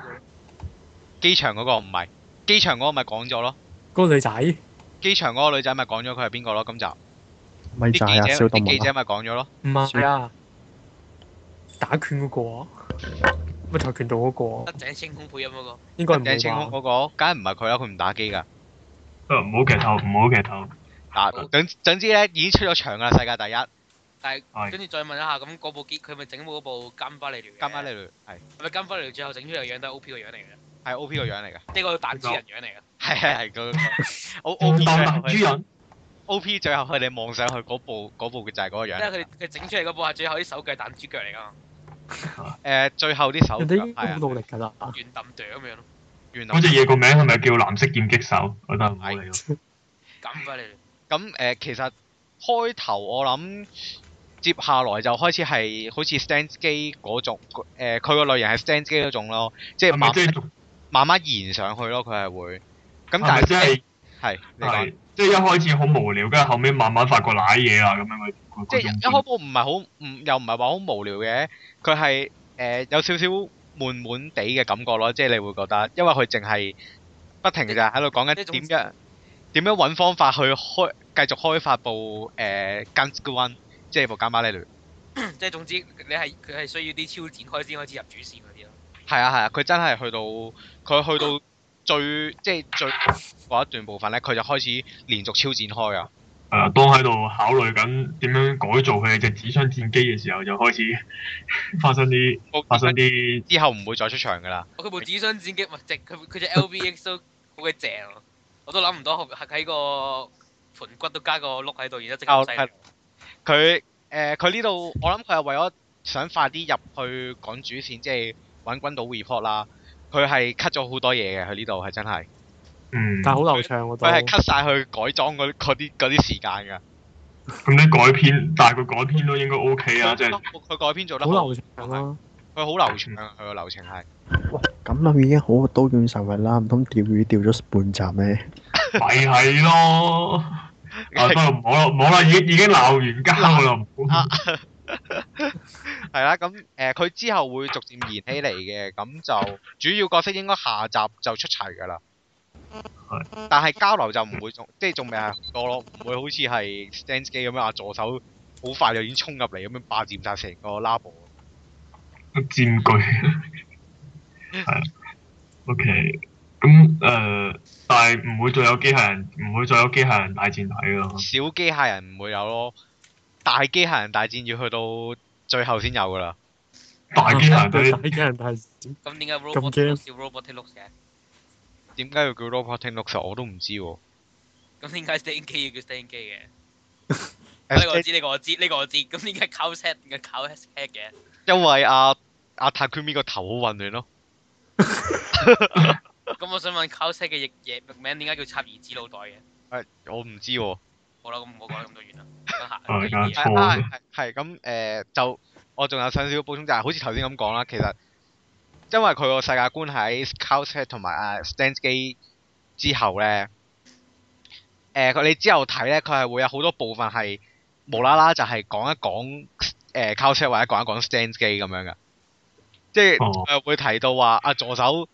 S3: 咯
S2: 機場嗰個唔係，機場嗰個咪講咗咯。
S4: 嗰個女仔
S2: 機場嗰個女仔咪講咗佢係邊個咯。今集
S1: 咪
S2: 啲
S1: 就係阿
S2: 記者
S1: 啊蕭東
S2: 啲記
S1: 文
S2: 者咪講咗咯。
S4: 唔係啊，打拳嗰個啊，乜跆拳道嗰個啊
S3: 得井清空配音嗰個。
S4: 應該唔
S2: 定
S4: 會
S2: 清空
S4: 吧？
S2: 嗰個，梗係唔係佢啦，佢唔打機噶。
S5: 啊唔好劇透，唔好劇透。
S2: 嗱，總總之咧，已經出咗場噶啦，世界第一。
S3: 但係
S5: 係
S3: 跟住再問一下，咁嗰部機佢咪整嗰部金巴利聊嘅？
S2: 加孖呢類係
S3: 係咪金巴利聊最後整出嚟嘅樣都係 O P 個樣嚟嘅？
S2: 係 O P 個樣嚟㗎， *laughs*
S3: 呢個達之人樣嚟嘅。
S2: 係係係嗰個 O O
S5: *laughs* 我
S2: P
S5: 當
S2: 最
S5: 男
S2: 後
S5: 主人，
S2: O P 最後佢哋望上去嗰部嗰部嘅就係嗰個樣
S3: 因
S2: 嚟。
S3: 為佢佢整出嚟嗰部係最後啲手腳彈豬腳嚟㗎嘛，
S2: 誒最後啲手
S4: 人
S2: 腳
S4: 哋已經
S2: 係
S4: 好
S2: 啊，
S4: 努力㗎啦。
S3: 圓揼哚咁樣咯。
S2: 原來
S5: 嗰隻嘢個名係咪叫藍色劍擊手？我覺得唔好理咯。
S3: 金巴利聊
S2: 咁誒、呃其實開頭我諗接下來就開始係好似 stand 機嗰種，誒、佢個類型係 stand 機嗰種咯，即係
S5: 係咪
S2: 慢
S5: 即係逐
S2: 慢慢延上去咯，佢係會。咁但
S5: 係咪
S2: 係
S5: 即係
S2: 係你講，
S5: 係即係一開始好無聊，跟住後尾慢慢發覺賴嘢啊啦咁樣嗰嗰
S2: 即
S5: 嗰
S2: 係一
S5: 種
S2: 開。波唔係好，唔又唔係話好無聊嘅，佢係誒有少少悶悶地嘅感覺咯，即係你會覺得，因為佢淨係不停就係喺度講緊
S3: 一種
S2: 點樣點樣揾方法去開繼續開發部誒 Guns Gun，即係部 g a m a l
S3: *laughs* 即係總之你係佢係需要啲超展開先開始入主線嗰啲咯。
S2: 係啊係啊，佢真係去到佢去到最即係最嗰一段部分咧，佢就開始連續超展開啊！
S5: 係啊，當喺度考慮緊點樣改造佢哋隻紙槍戰機嘅時候，就開始 *laughs* 發生啲發生啲
S2: 之後唔會再出場㗎啦。
S3: 哦佢部紙箱戰機唔係，即係佢佢只 LBX 都 *laughs* 好鬼正啊！我都諗唔到喺 *laughs* 喺個盤骨度加個碌喺度，然之後即刻咁犀利。
S2: 佢誒佢呢度，我諗佢係為咗想快啲入去趕主線，即係揾軍島 report 啦。佢係 cut 咗好多嘢嘅，佢呢度係真係，
S5: 嗯。
S4: 但係好流暢我都
S2: 佢係 cut 晒去改裝嗰嗰啲嗰啲時間㗎。
S5: 咁你改編，但係佢改編都應該 O K
S2: *laughs*
S5: 啊，即係
S2: 佢改編做得
S4: 好
S2: 好，
S4: 流暢啊啦。
S2: 佢好流暢啊！佢個流程係。
S1: 咁諗已經好過刀劍神域啦，唔通釣魚釣咗半集咩？
S5: 咪
S2: *laughs*
S5: 係咯。啊，不過唔好啦，唔好啦，已經已經鬧完交啦，唔好
S2: 啊係啦，咁誒佢之後會逐漸延起嚟嘅，咁就主要角色應該下集就出齊㗎啦。但係交流就唔會仲即係仲未係好多咯，唔會好似係 Stand 機咁樣啊，助手好快就已經衝入嚟咁樣霸佔晒成個 lab。
S5: 佔據。
S2: *laughs*
S5: 係。O K。咁誒、但係唔會再有機械人，唔會再有機械人大戰睇咯。
S2: 小機械人唔會有咯，大機械人大戰要去到最後先有㗎啦。
S5: 大機
S4: *laughs*
S5: 械人
S4: 對
S5: 睇
S4: 大機人大戰
S3: 咁點解 robot
S4: 驚
S3: look 少 robot take look 嘅？
S2: 點解要叫 Roboting Looks 我都唔知喎。
S3: 咁點解 stand 機要叫 stand 機嘅？呢個我
S2: 誒
S3: 知，呢個我知，呢個我 *laughs* 知。咁點解搞 set 點解搞 set 嘅？
S2: 因為阿阿 Takumi 個頭好混亂咯。
S3: 咁我想問搞 set 嘅譯譯名點解叫插兒子腦袋嘅？
S2: 誒我唔知喎。
S3: 好啦，咁唔好講咁多嘢啦。講下
S5: 啊
S3: 講呢啲嘢
S5: 錯
S2: 係啊係係咁誒，就我仲有想少少補充，就係好似頭先咁講啦。其實因為佢個世界觀喺 Scout 同埋啊 Stand 機之後咧，誒佢你之後睇咧，佢係會有好多部分係無啦啦就係講一講誒 Scout 或者講一講 Stand 機咁樣嘅，即係
S5: 哦
S2: 佢會提到話啊助手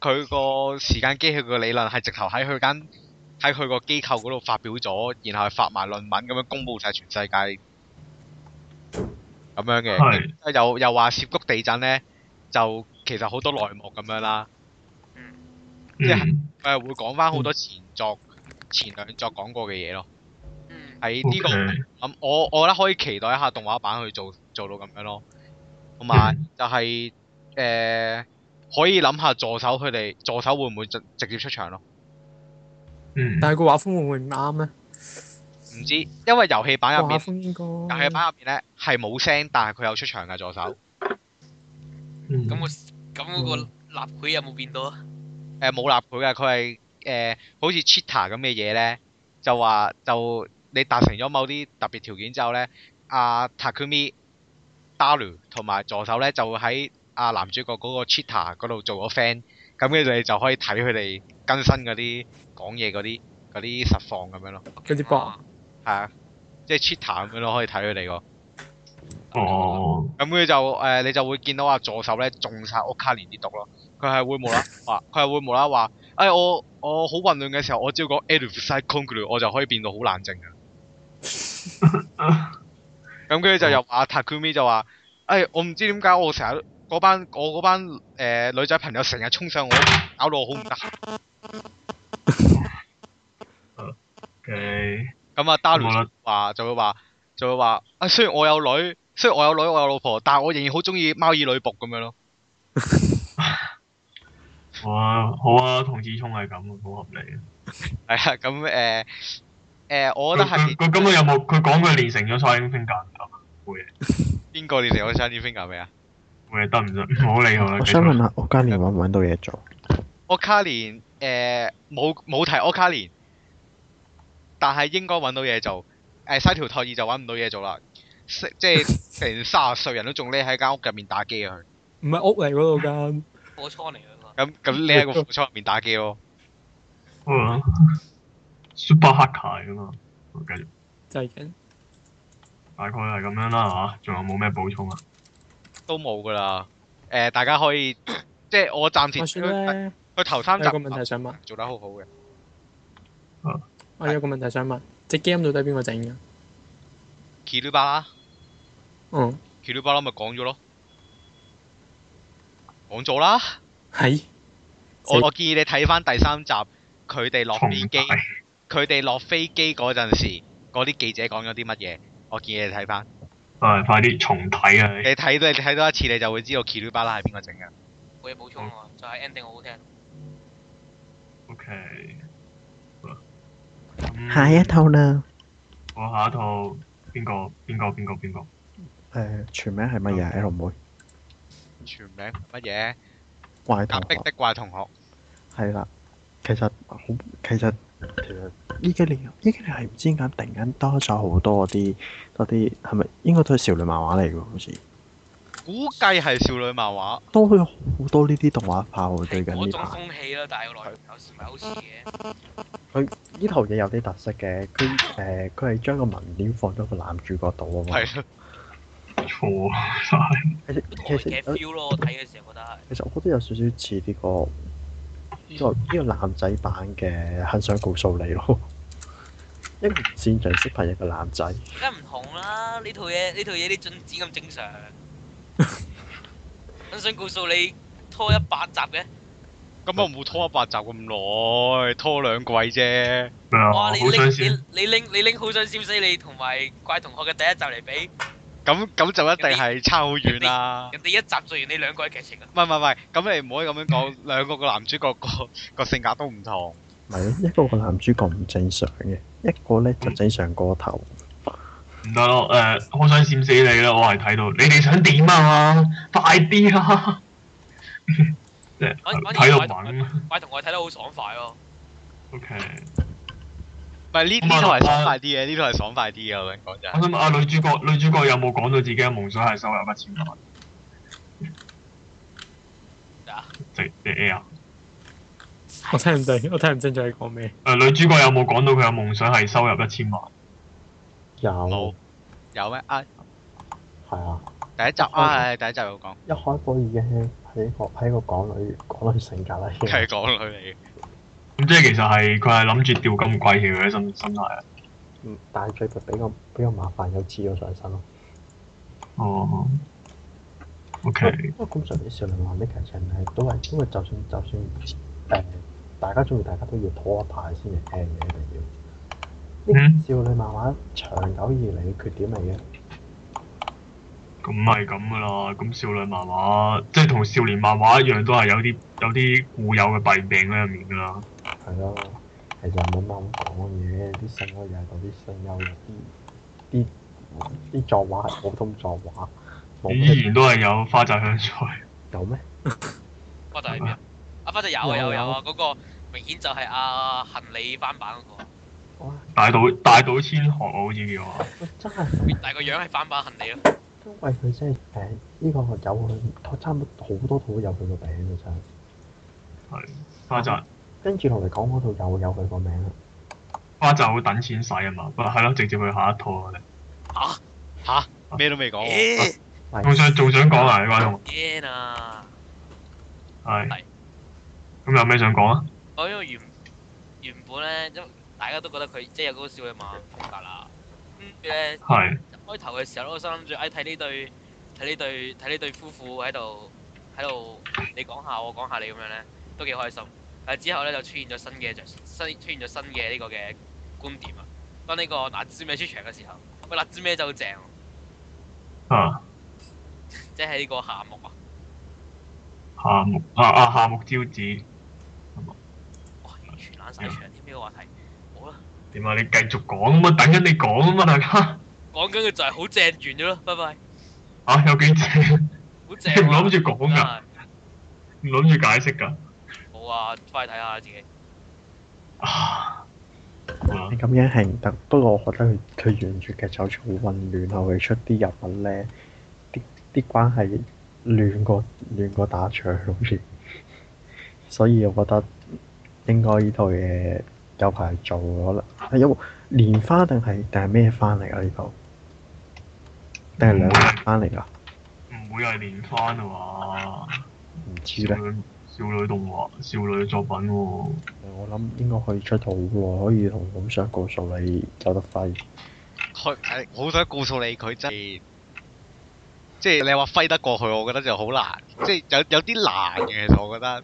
S2: 佢個時間機器個理論係直頭喺佢間。喺佢個機構嗰度發表咗，然後發埋論文咁樣公佈晒全世界咁樣嘅。
S5: 係
S2: 又又話涉谷地震呢，就其實好多內幕咁樣啦。
S5: 嗯
S2: 佢係會講翻好多前作、前兩作講過嘅嘢咯。
S3: 嗯，
S2: 喺
S5: ，O
S2: 呢個
S5: K。
S2: 咁我我覺得可以期待一下動畫版去做做到咁樣咯，同埋就係、誒、可以諗下助手佢哋助手會唔會直直接出場咯？
S5: 嗯，
S4: 但係個畫風會唔會唔啱咧？
S2: 唔知，因為遊戲版
S4: 個
S2: 入面
S4: 畫。風應該
S2: 遊戲版入邊咧係冇聲，但係佢有出場嘅助手。
S5: 嗯
S3: 咁個咁嗰個立繪有冇變到啊？
S2: 誒冇立佢嘅，佢係誒好似 cheater 咁嘅嘢咧，就話就你達成咗某啲特別條件之後咧，阿 Takumi、Daru 同埋助手咧就會喺阿男主角嗰個 cheater 嗰度做個 friend，咁跟住你就可以睇佢哋更新嗰啲講嘢嗰啲嗰啲實況咁樣咯，
S4: 嗰啲博
S2: 係啊，即係 cheater 咁樣咯，可以睇佢哋個。
S5: 哦，
S2: 咁佢就誒、呃你就會見到阿助手咧中晒屋卡連啲毒咯。佢係會
S5: *laughs*
S2: 無啦話，佢係會無啦話，誒、哎、我我好混亂嘅時候，我只要講 e d u s i d e c o n g r u 我就可以變到好冷靜嘅。咁跟住
S5: 嗯
S2: 就又話 Takumi 就話，誒、哎、我唔知點解我成日都嗰班我嗰班誒、呃女仔朋友成日衝上我，搞到我好唔得閒。
S5: 嘅
S2: 咁啊
S5: 冇
S2: Daru
S5: 啦
S2: 話就會話，就會話啊，雖然我有女，雖然我有女，我有老婆，但係我仍然好中意貓耳女仆咁樣咯。
S5: 哇，好啊，童子聰係咁，好合理。
S2: 係啊，咁誒誒，我
S5: 佢
S2: 覺得係
S5: 佢佢咁佢有冇？佢講佢練成咗蔡英芬教會
S2: 邊個你成個 Shiny Finger 未啊？
S5: 會得唔得？ *laughs* 唔好理佢啦。
S1: 我想問啊下，
S5: 繼續
S1: 我家年揾唔揾到嘢做？
S2: 我卡連誒呃冇冇提我卡連，但係應該揾到嘢做。誒西條拓二就揾唔到嘢做啦，即 *laughs* 即係成三十歲人都仲匿喺間屋入面打機啊！佢
S4: 唔係屋嚟嗰度間，
S3: 火倉嚟㗎嘛。
S2: 咁咁匿喺個貨倉入面打機咯。
S5: 好啊 Super Hacker 嚟噶嘛？好繼續，
S4: 就係緊。
S5: 大概係咁樣啦，係嘛？仲有冇咩補充啊？
S2: 都冇噶啦。誒、大家可
S4: *coughs*
S2: 以即係我暫時
S4: 話説
S2: 佢
S4: 咧，
S2: 佢頭三
S4: 我
S2: 集
S4: 有個問題想問，啊
S2: 做得好好嘅。
S4: 我有個問題想問，隻 game 到底邊個整㗎？
S2: 奇魯巴啦，
S4: 嗯，
S2: 奇魯巴啦咪講咗咯，講咗啦。
S4: 係
S2: 我
S4: 死
S2: 我建議你睇翻第三集，佢哋落
S5: 重
S2: 飛機，
S5: 大
S2: 佢哋落飛機嗰陣時，嗰啲記者講咗啲乜嘢？我建議你睇翻，
S5: 啊！快啲重睇啊！
S2: 你
S5: 你
S2: 睇到你睇多一次，你就會知道奇魯巴啦係邊個整嘅。
S3: 冇嘢補充喎，就係 ờ, ending 好好聽。
S5: OK，好啊咁
S1: 下一套啦。
S5: 我下一套邊個邊個邊個邊個？
S1: 誒，全名係乜
S5: 啊
S1: 嘢？L 妹，
S2: 全名乜嘢？
S1: 怪
S2: 壓
S1: 同
S2: 迫
S1: 學。
S2: 的怪同學，
S1: 係啦，其實好，其實其實依家你依家你係唔知點解突然間多咗好多嗰啲嗰啲係咪應該都係少女漫畫嚟㗎？好似
S2: 估計係少女漫畫。
S1: 多咗好多呢啲動畫化喎，最
S3: 係
S1: 近
S3: 嗰
S1: 呢
S3: 種
S1: 排
S3: 風氣啦，但係個內容有時唔係好似嘅。
S1: 呢套嘢有啲特色嘅，佢誒佢係將個文料放咗個男主角度啊嘛。
S2: 係咯，
S5: 錯 *laughs* 晒
S1: 其實
S3: 台
S1: 其
S3: 嘅
S1: 實
S3: feel 咯，我睇嘅時候覺得係。
S1: 其實我覺得有少少似呢個呢、個呢、個男仔版嘅《很想告訴你》咯， *laughs* 一個唔擅長識朋友嘅男仔。
S3: 梗係唔同啦！呢套嘢呢套嘢啲進展咁正常。我想告訴你，拖一百集嘅，
S2: 咁我冇拖一百集咁耐，拖兩季啫。
S5: 咩啊？
S3: 哇！
S5: 好
S3: 你
S5: 想
S3: 拎
S5: 笑。
S3: 你你拎你拎好想笑死你，同埋怪同學嘅第一集嚟比，
S2: 咁咁就一定係差好遠啦。
S3: 人哋一集做完你兩個嘅劇情啊！
S2: 唔係唔係唔係，咁你唔可以咁樣
S5: *laughs*
S2: 講，兩個個男主角個個性格都唔同。
S1: 唔係一個個男主角唔正常嘅，一個咧就正常過頭。
S5: 唔得咯，誒、好想閃死你啦！我係睇到你哋想點啊？快啲啊！即係
S3: 反反而
S5: 睇
S3: 怪同學
S5: 到猛啊
S3: 怪同學睇得好爽快咯，
S5: ！OK，
S2: 唔係呢
S5: 咁啊
S2: 呢套係爽快啲嘅，呢套係爽快啲嘅。我想講真
S5: 我
S2: 係，
S5: 想問啊，女主角女主角有冇講到自己嘅夢想係收入一千萬？
S3: 啊
S5: 即即 A 啊！
S4: 我聽唔定，我聽唔清楚你講咩。
S5: 誒、呃女主角有冇講到佢嘅夢想係收入一千萬？
S1: 有
S2: 冇有咩啊？
S1: 係啊，
S2: 第一集啊，係第一集有講，
S1: 一開波已經係一個係一個港女港女性格啦。 *laughs* 已經
S2: 係講佢嚟嘅。
S5: 咁即係其實係佢係諗住吊咁貴氣嘅心心態啊！
S1: 嗯但係最近比較比較麻煩，有黐咗上身咯。
S5: 哦，OK，
S1: 不過咁上啲少女漫啲劇情係都係因為就算就算誒、大家中意，大家都要拖一排先嚟聽嘅，一定要。
S5: 嗯，
S1: 少女漫畫長久以嚟嘅缺點嚟嘅，
S5: 咁係咁噶啦。咁少女漫畫即係同少年漫畫一樣，都係有啲有啲固有嘅弊病喺入面噶啦。
S1: 係咯，其實冇乜咁講嘅，啲聲優又係嗰啲聲優，啲啲啲作畫係普通作畫，冇
S5: 依
S1: 咩
S5: 然都係有花澤香菜，
S1: 有咩？
S3: 花澤係咩啊？啊花澤有啊有啊有啊，嗰個明顯就係阿恆利翻版嗰個，
S1: 哇！
S5: 大島大島千鶴我好似叫啊，
S1: 真係〜
S3: 但係個樣係翻版恆利咯。
S1: 因為佢真係誒呢個有佢，差唔多好多套都有佢個名嘅真係。
S5: 花澤
S1: 跟住落嚟講嗰套又有佢個名啦。
S5: 花澤好等錢使啊嘛，不過係咯，直接去下一套啊！
S3: 嚇！
S2: 咩都未
S5: 哦
S2: 講喎，
S3: 咦
S1: 係
S5: 仲想仲想講啊，呢位同
S3: 驚啊！
S5: 係
S3: 係
S5: 咁有咩想講啊？
S3: 我因為原原本咧，因為大家都覺得佢即係有嗰個少女漫風格啦。跟住咧，
S5: 係
S3: 一開頭嘅時候咧，我心諗住，哎睇呢對睇呢對睇呢對夫婦喺度喺度，你講下我講下你咁樣咧，都幾開心。但係之後咧就出現咗新嘅就新出現咗新嘅呢個嘅觀點啊。當呢個嗱小美出場嘅時候，喂，辣椒咩就正喎，
S5: 啊
S3: 即係呢個夏目啊！
S5: 夏目啊啊夏目招子
S3: 哇，完全懶晒場添呢個話題。好啦，
S5: 點啊？你繼續講啊嘛，等緊你講啊嘛，大家 *laughs*
S3: 講緊嘅就係好正完咗啦，拜拜，
S5: 啊有幾正？
S3: 好
S5: 你
S3: 正
S5: 唔
S3: 啊！
S5: *laughs* 諗住講㗎，唔諗住解釋㗎
S3: 冇啊，快睇下自己。
S5: 啊！好啦
S1: 你咁樣係唔得，不過我覺得佢佢原著嘅走出好混亂啊！佢出啲人物咧，啲啲關係亂過亂過打仗好似，所以我覺得應該呢套嘢有排做可能係因為蓮花定係定係咩翻嚟啊？呢套定係兩年翻嚟㗎？
S5: 唔會係連番啊嘛，
S1: 唔知
S5: 少
S1: 咧，
S5: 女少女動畫、少女作品喎、
S1: 我諗應該可以出到喎，可以同咁想告訴你有得揮。
S2: 佢誒，我好想告訴你，佢真係即係你話揮得過去，我覺得就好難，即係有有啲難嘅。其實我覺得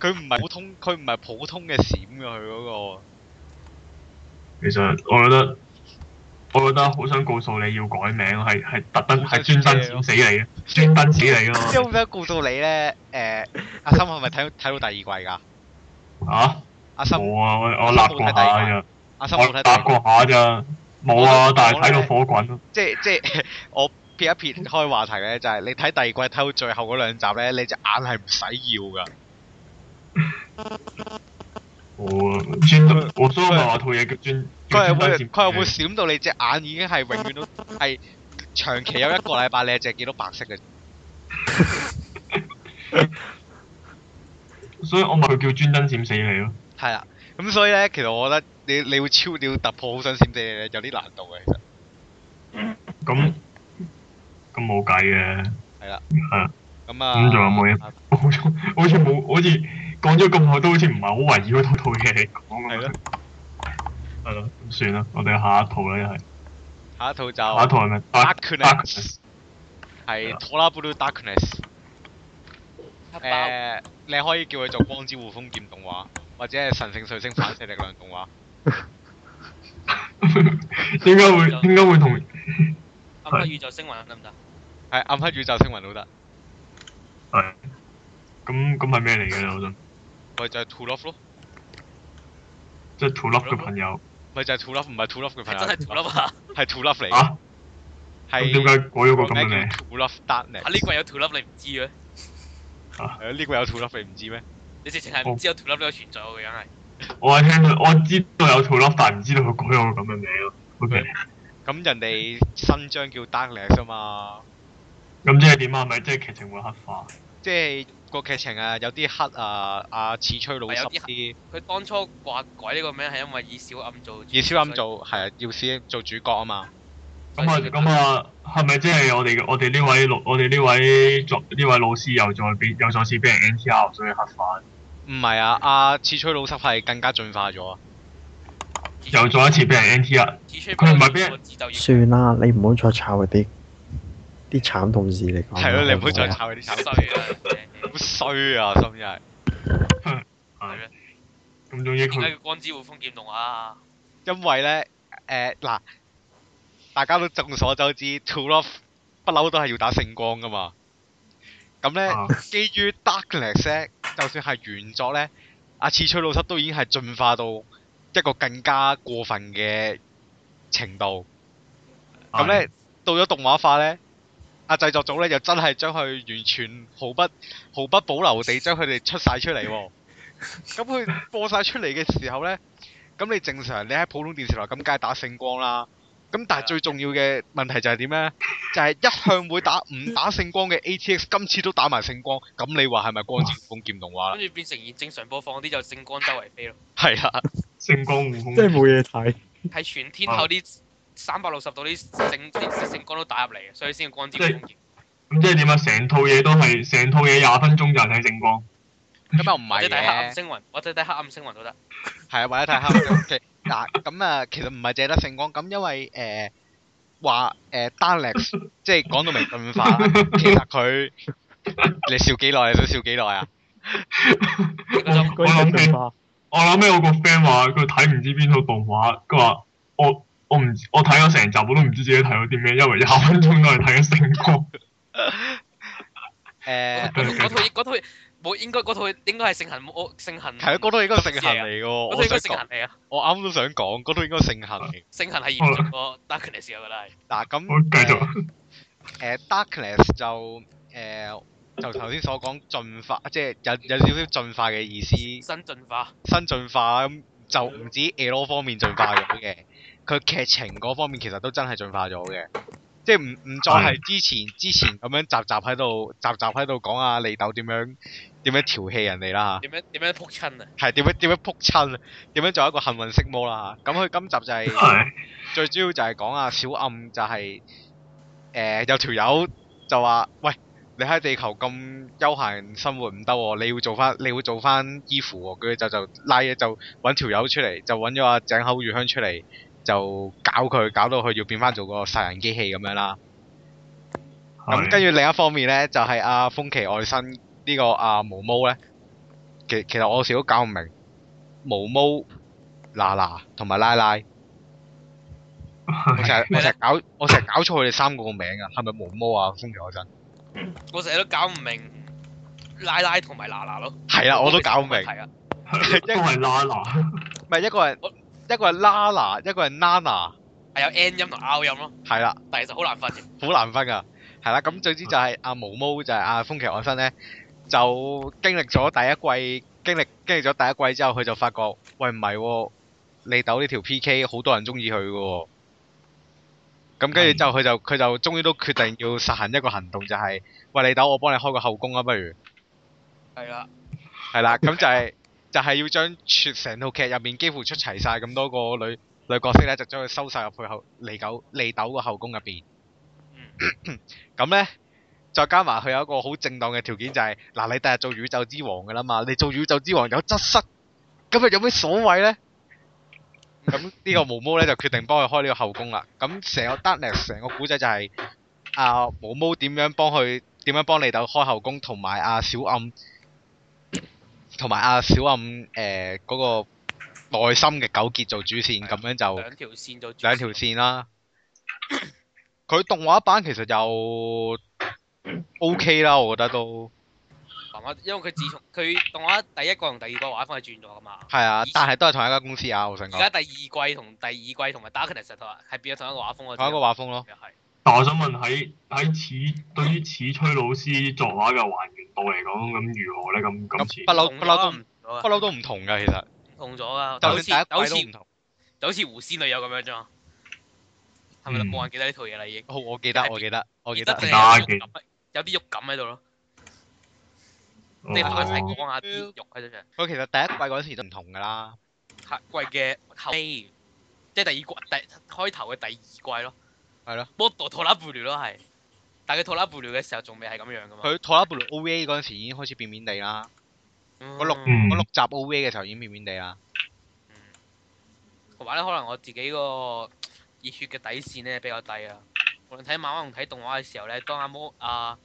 S2: 佢唔係普通，佢唔係普通嘅閃嘅，佢嗰、
S5: 其實我覺得，我覺得好想告訴你要改名，係係特登係專登閃死你啊，專登死你
S2: 個，即係
S5: 咯
S2: 好想告訴你咧。誒、阿森係咪睇睇到第二季㗎？
S5: 嚇！
S2: 阿森，
S5: 冇啊，我我立過下咋，
S2: 阿森
S5: 我
S2: 冇睇第二
S5: 立
S2: 季，
S5: 過下咋，冇啊，但係睇到火滾咯，
S2: 即係即係 *laughs* 我撇一撇開話題咧，就係、你睇第二季睇到最後嗰兩集咧，你隻眼係唔使要㗎。
S5: 冇啊，專登，我所以咪話套嘢叫專，
S2: 佢係
S5: 專登
S2: 會
S5: 閃
S2: 佢係會
S5: 死
S2: 閃到你隻眼已經係永遠
S5: *laughs*
S2: 都係長期有一個禮拜你係淨係見到白色嘅，
S5: 你，所以我咪佢叫專登閃死你咯。
S2: 係啦。咁所以咧，其實我覺得你你會超你要突破好想閃死你咧，有啲難度嘅其實。
S5: 咁咁冇計嘅，
S2: 咁啊，
S5: 咁仲有冇嘢好似好似冇，好似講咗咁耐都好似唔係好圍繞嗰套嘢嚟講
S2: 係
S5: 咁
S2: 咯
S5: 樣。係咯，咁算啦，我哋下一套啦，又係
S2: 下一套就
S5: 下一套係咪 Dark
S2: Darkness
S5: Darkness？
S2: 係《托拉布魯 Darkness》。
S3: 黑包
S2: 誒，你可以叫佢做《光之護風劍》動畫，或者係《神聖水星反射力量》動畫。
S5: *laughs* 應
S2: *laughs*
S5: 該會應該會同
S3: 暗黑宇宙星雲得唔得？
S2: 係暗黑宇宙星雲都得，
S5: 係咁咁係咩嚟嘅咧？我想
S2: 咪就係 To Love 咯，
S5: 即係 To Love 嘅朋友
S2: 咪就係 To Love，唔係 To Love 嘅朋
S3: 係
S2: 友，
S3: 真係做啦嘛！
S2: 係 To Love 嚟嘅，
S5: 啊，咁點解
S2: 係
S5: 改咗個咁
S2: 個
S5: 嘅
S2: 名
S5: 名？
S2: 叫 To Love Darkness。
S3: 啊呢季有 two love 你唔知嘅，
S2: 係啊呢個有 To Love 你唔知咩？
S3: 你直情係
S2: 哦
S3: 唔知有 two love 呢個存在嘅，梗啊係。
S5: 我係聽到我知道有 To Love，但係唔知道佢改咗個咁嘅名咯。OK，
S2: 咁人哋新章叫 Darkness 啊嘛，
S5: 咁即係點啊？係咪即係劇情會黑化？
S2: 即係個劇情啊有啲黑啊啊似吹老
S3: 係有
S2: 濕
S3: 啲
S2: 啲，
S3: 佢當初話改呢個名係因為以小暗做主，
S2: 以小暗做係啊，要先做主角啊嘛，
S5: 咁啊，咁啊，係咪即係我哋我哋呢位老我哋呢位作呢位老師又再俾又再次俾人 NTR 所以黑化，
S2: 唔係啊，啊似吹老濕係更加進化
S1: 哦
S2: 咗啊，啊
S5: 又再一次俾人 NTR，
S3: 以吹
S5: 佢唔係俾人
S3: 我自就要
S1: 算啦，你唔好再炒嗰啲啲慘痛事嚟講啦。
S2: 係咯，你唔好
S1: 係
S2: 再
S1: 啊
S2: 炒佢啲
S3: 衰
S2: 醜，
S3: 啦。真係
S2: 好衰啊，心真係。
S5: 係
S3: 係咩
S5: 啊咁總之
S3: 點解
S5: 佢
S3: 叫光之護風劍動畫啊？
S2: 因為咧，誒、嗱，大家都眾所周知，True Love 不嬲都係要打聖光噶嘛。咁咧，
S5: 啊
S2: 基於 Darkness 咧，就算係原作咧，阿次吹老濕都已經係進化到一個更加過分嘅程度。咁
S5: 啊
S2: 咧，到咗動畫化咧，阿製作組咧又真係將佢完全毫不毫不保留地將佢哋出晒出嚟喎。咁佢播晒出嚟嘅時候咧，咁你正常你喺普通電視台咁梗係打聖光啦。咁但係最重要嘅問題就係點咧？就係、一向會打唔打聖光嘅 ATX，今次都打埋聖光，咁你話係咪光之風劍動畫啦？
S3: *laughs* 跟住變成正常播放啲就聖光周圍飛咯，
S2: 係啦，
S5: 聖光護空
S1: 真係冇嘢睇。
S3: 係全天
S2: 啊
S3: 候啲三百六十度啲聖啲聖光都打入嚟嘅，所以先叫光之護風劍。
S5: 咁即係點啊？成套嘢都係成套嘢廿分鐘就係睇聖光，
S2: 咁又唔
S3: 或者
S2: 係
S3: 睇黑暗
S2: 嘅，
S3: 星雲，或者睇黑暗星雲都得。
S2: 係啊，或者睇 *laughs* 黑暗 OK 嗱，咁啊，其實唔係淨係得聖光，咁因為誒話誒 *laughs* Darkness，即係講到明進化啦，其實佢你笑幾耐？你想笑幾耐 *laughs* 啊？
S3: 即係嗰種
S1: 嗰
S5: 我
S1: 啲
S5: 諗
S1: 進化
S5: 我諗起我個 friend 話佢睇唔知邊套動畫，佢話我我唔我睇咗成集，我都唔知自己睇咗啲咩，因為廿分鐘都係睇咗成個。
S2: 诶，
S3: 嗰嗰套嗰套冇應該嗰套應該係哦性行我性行
S2: 係啊，嗰套應該性行嚟嘅喎，
S3: 嗰
S2: 我
S3: 套應
S2: 想
S3: 該性行
S2: 講，
S3: 嚟啊，
S2: 我啱都想講，嗰套應該性行嚟。
S3: 性行係嚴重過 darkness 啊我覺得係。
S2: 嗱咁，
S5: 我繼續。
S2: 誒 Darkness 就誒就頭先所講進化，即係有有少少進化嘅意思，
S3: 新進化，
S2: 新進化咁就唔止 A l 方面進化咗嘅，佢劇情嗰方面其實都真係進化咗嘅，即係唔唔再係之前之前咁樣集集喺度集集喺度講啊利豆點樣點樣調戲人哋啦
S3: 點樣點樣撲親啊？
S2: 嚇，係點樣點樣撲親，點樣做一個幸運色魔啦嚇，咁佢今集就
S5: *laughs*
S2: 係、 *laughs*
S5: 係
S2: 最主要就係講啊小暗就係、誒、有條友就話喂你喺地球咁休閒生活唔得喎，你要做翻你要做翻醫扶喎，佢就就拉嘢就揾條友出嚟，就揾咗阿井口裕香出嚟就搞佢，搞到佢要變翻做個殺人機器咁樣啦。咁跟
S5: 住
S2: 住另一方面咧，就係、阿、風奇外甥呢、個阿、毛毛咧，其其實我有時都搞唔明毛毛娜娜同埋拉拉。我成日我成日搞我成日搞錯佢哋三個個名啊，係咪毛毛啊、風油嗰陣？
S3: 我成日都搞唔明奶奶同埋娜娜咯。
S2: 係啦，我都搞唔明，
S3: 係啊，
S5: 都係拉拉，
S2: 唔係一個係一個係 Lana，一個係 Nana，
S3: 係有 N 音同 R 音咯，
S2: 係啦，
S3: 但係其實好難分嘅。
S2: 好難分噶，係啦。咁總之就係阿毛毛就係阿風奇外甥咧，就經歷咗第一季，經歷經歷咗第一季之後，佢就發覺喂唔係喎，利豆呢條 P.K. 好多人中意佢噶喎。咁跟住之後，佢就佢就終於都決定要實行一個行動，就係、喂利豆，我幫你開個後宮啊，不如。
S3: 係啦，
S2: 係啦，咁就係就係要將全成套劇入面幾乎出齊晒咁多個女女角色咧，就將佢收晒入去後利狗利豆個後宮入邊。咁咧，再加埋佢有一個好正當嘅條件就係、嗱，你第日做宇宙之王噶啦嘛，你做宇宙之王有質室，咁又有咩所謂咧？咁呢個毛毛咧就決定幫佢開呢個後宮啦。咁成個 Darkness 成個古仔就係、啊毛毛點樣幫佢點樣幫利豆開後宮，同埋阿小暗同埋阿小暗誒嗰、個內心嘅糾結做主線，咁樣就。
S3: 兩條線就
S2: 兩條線啦。佢動畫版其實又 O K 啦，我覺得都
S3: 慢慢，因為佢自從佢動畫第一季同第二季畫風係轉咗噶嘛。
S2: 係啊，但係都係同一間公司啊，我想
S3: 而
S2: 講
S3: 家第二季同第二季同埋 Darkness 實係變咗同一個畫風啊。
S2: 同一個畫風咯。
S3: 又係
S5: 但我想問喺喺此對於此崔老師作畫嘅還原度嚟講，咁如何咧？咁
S2: 咁
S5: 今次
S2: 不嬲
S3: 同
S2: 不嬲都
S3: 咗
S2: 唔
S3: 啊
S2: 不嬲都唔同㗎，其實
S3: 唔同咗啊！就好
S2: 就
S3: 似
S2: 算
S3: 就
S2: 第
S3: 好
S2: 一季都
S3: 似
S2: 唔
S3: 就好似狐仙女友咁樣啫嘛。係咪
S5: 嗯
S3: 冇人記得呢套嘢啦？已經
S2: 同。好，我記得我記得我記得
S3: 而家淨係有啲肉感有啲
S5: 記
S3: 肉感喺度咯，即
S5: 哦
S3: 係一齊講下啲肉喺度嘅。
S2: 佢其實第一季嗰時都唔同㗎啦，
S3: 下季嘅後尾，即係第二季第開頭嘅第二季咯。
S2: 係咯。
S3: model 拖拉布料咯係，但係佢拖拉布料嘅時候仲未係咁樣噶嘛。
S2: 佢托拉布魯 O V A 嗰陣時已經開始變面地啦，嗰六
S5: 嗯
S2: 嗰六集 O V A 嘅時候已經變面地啦，
S3: 嗯同埋咧，可能我自己個熱血嘅底線咧比較低啊。無論睇漫畫同睇動畫嘅時候咧，當阿摩阿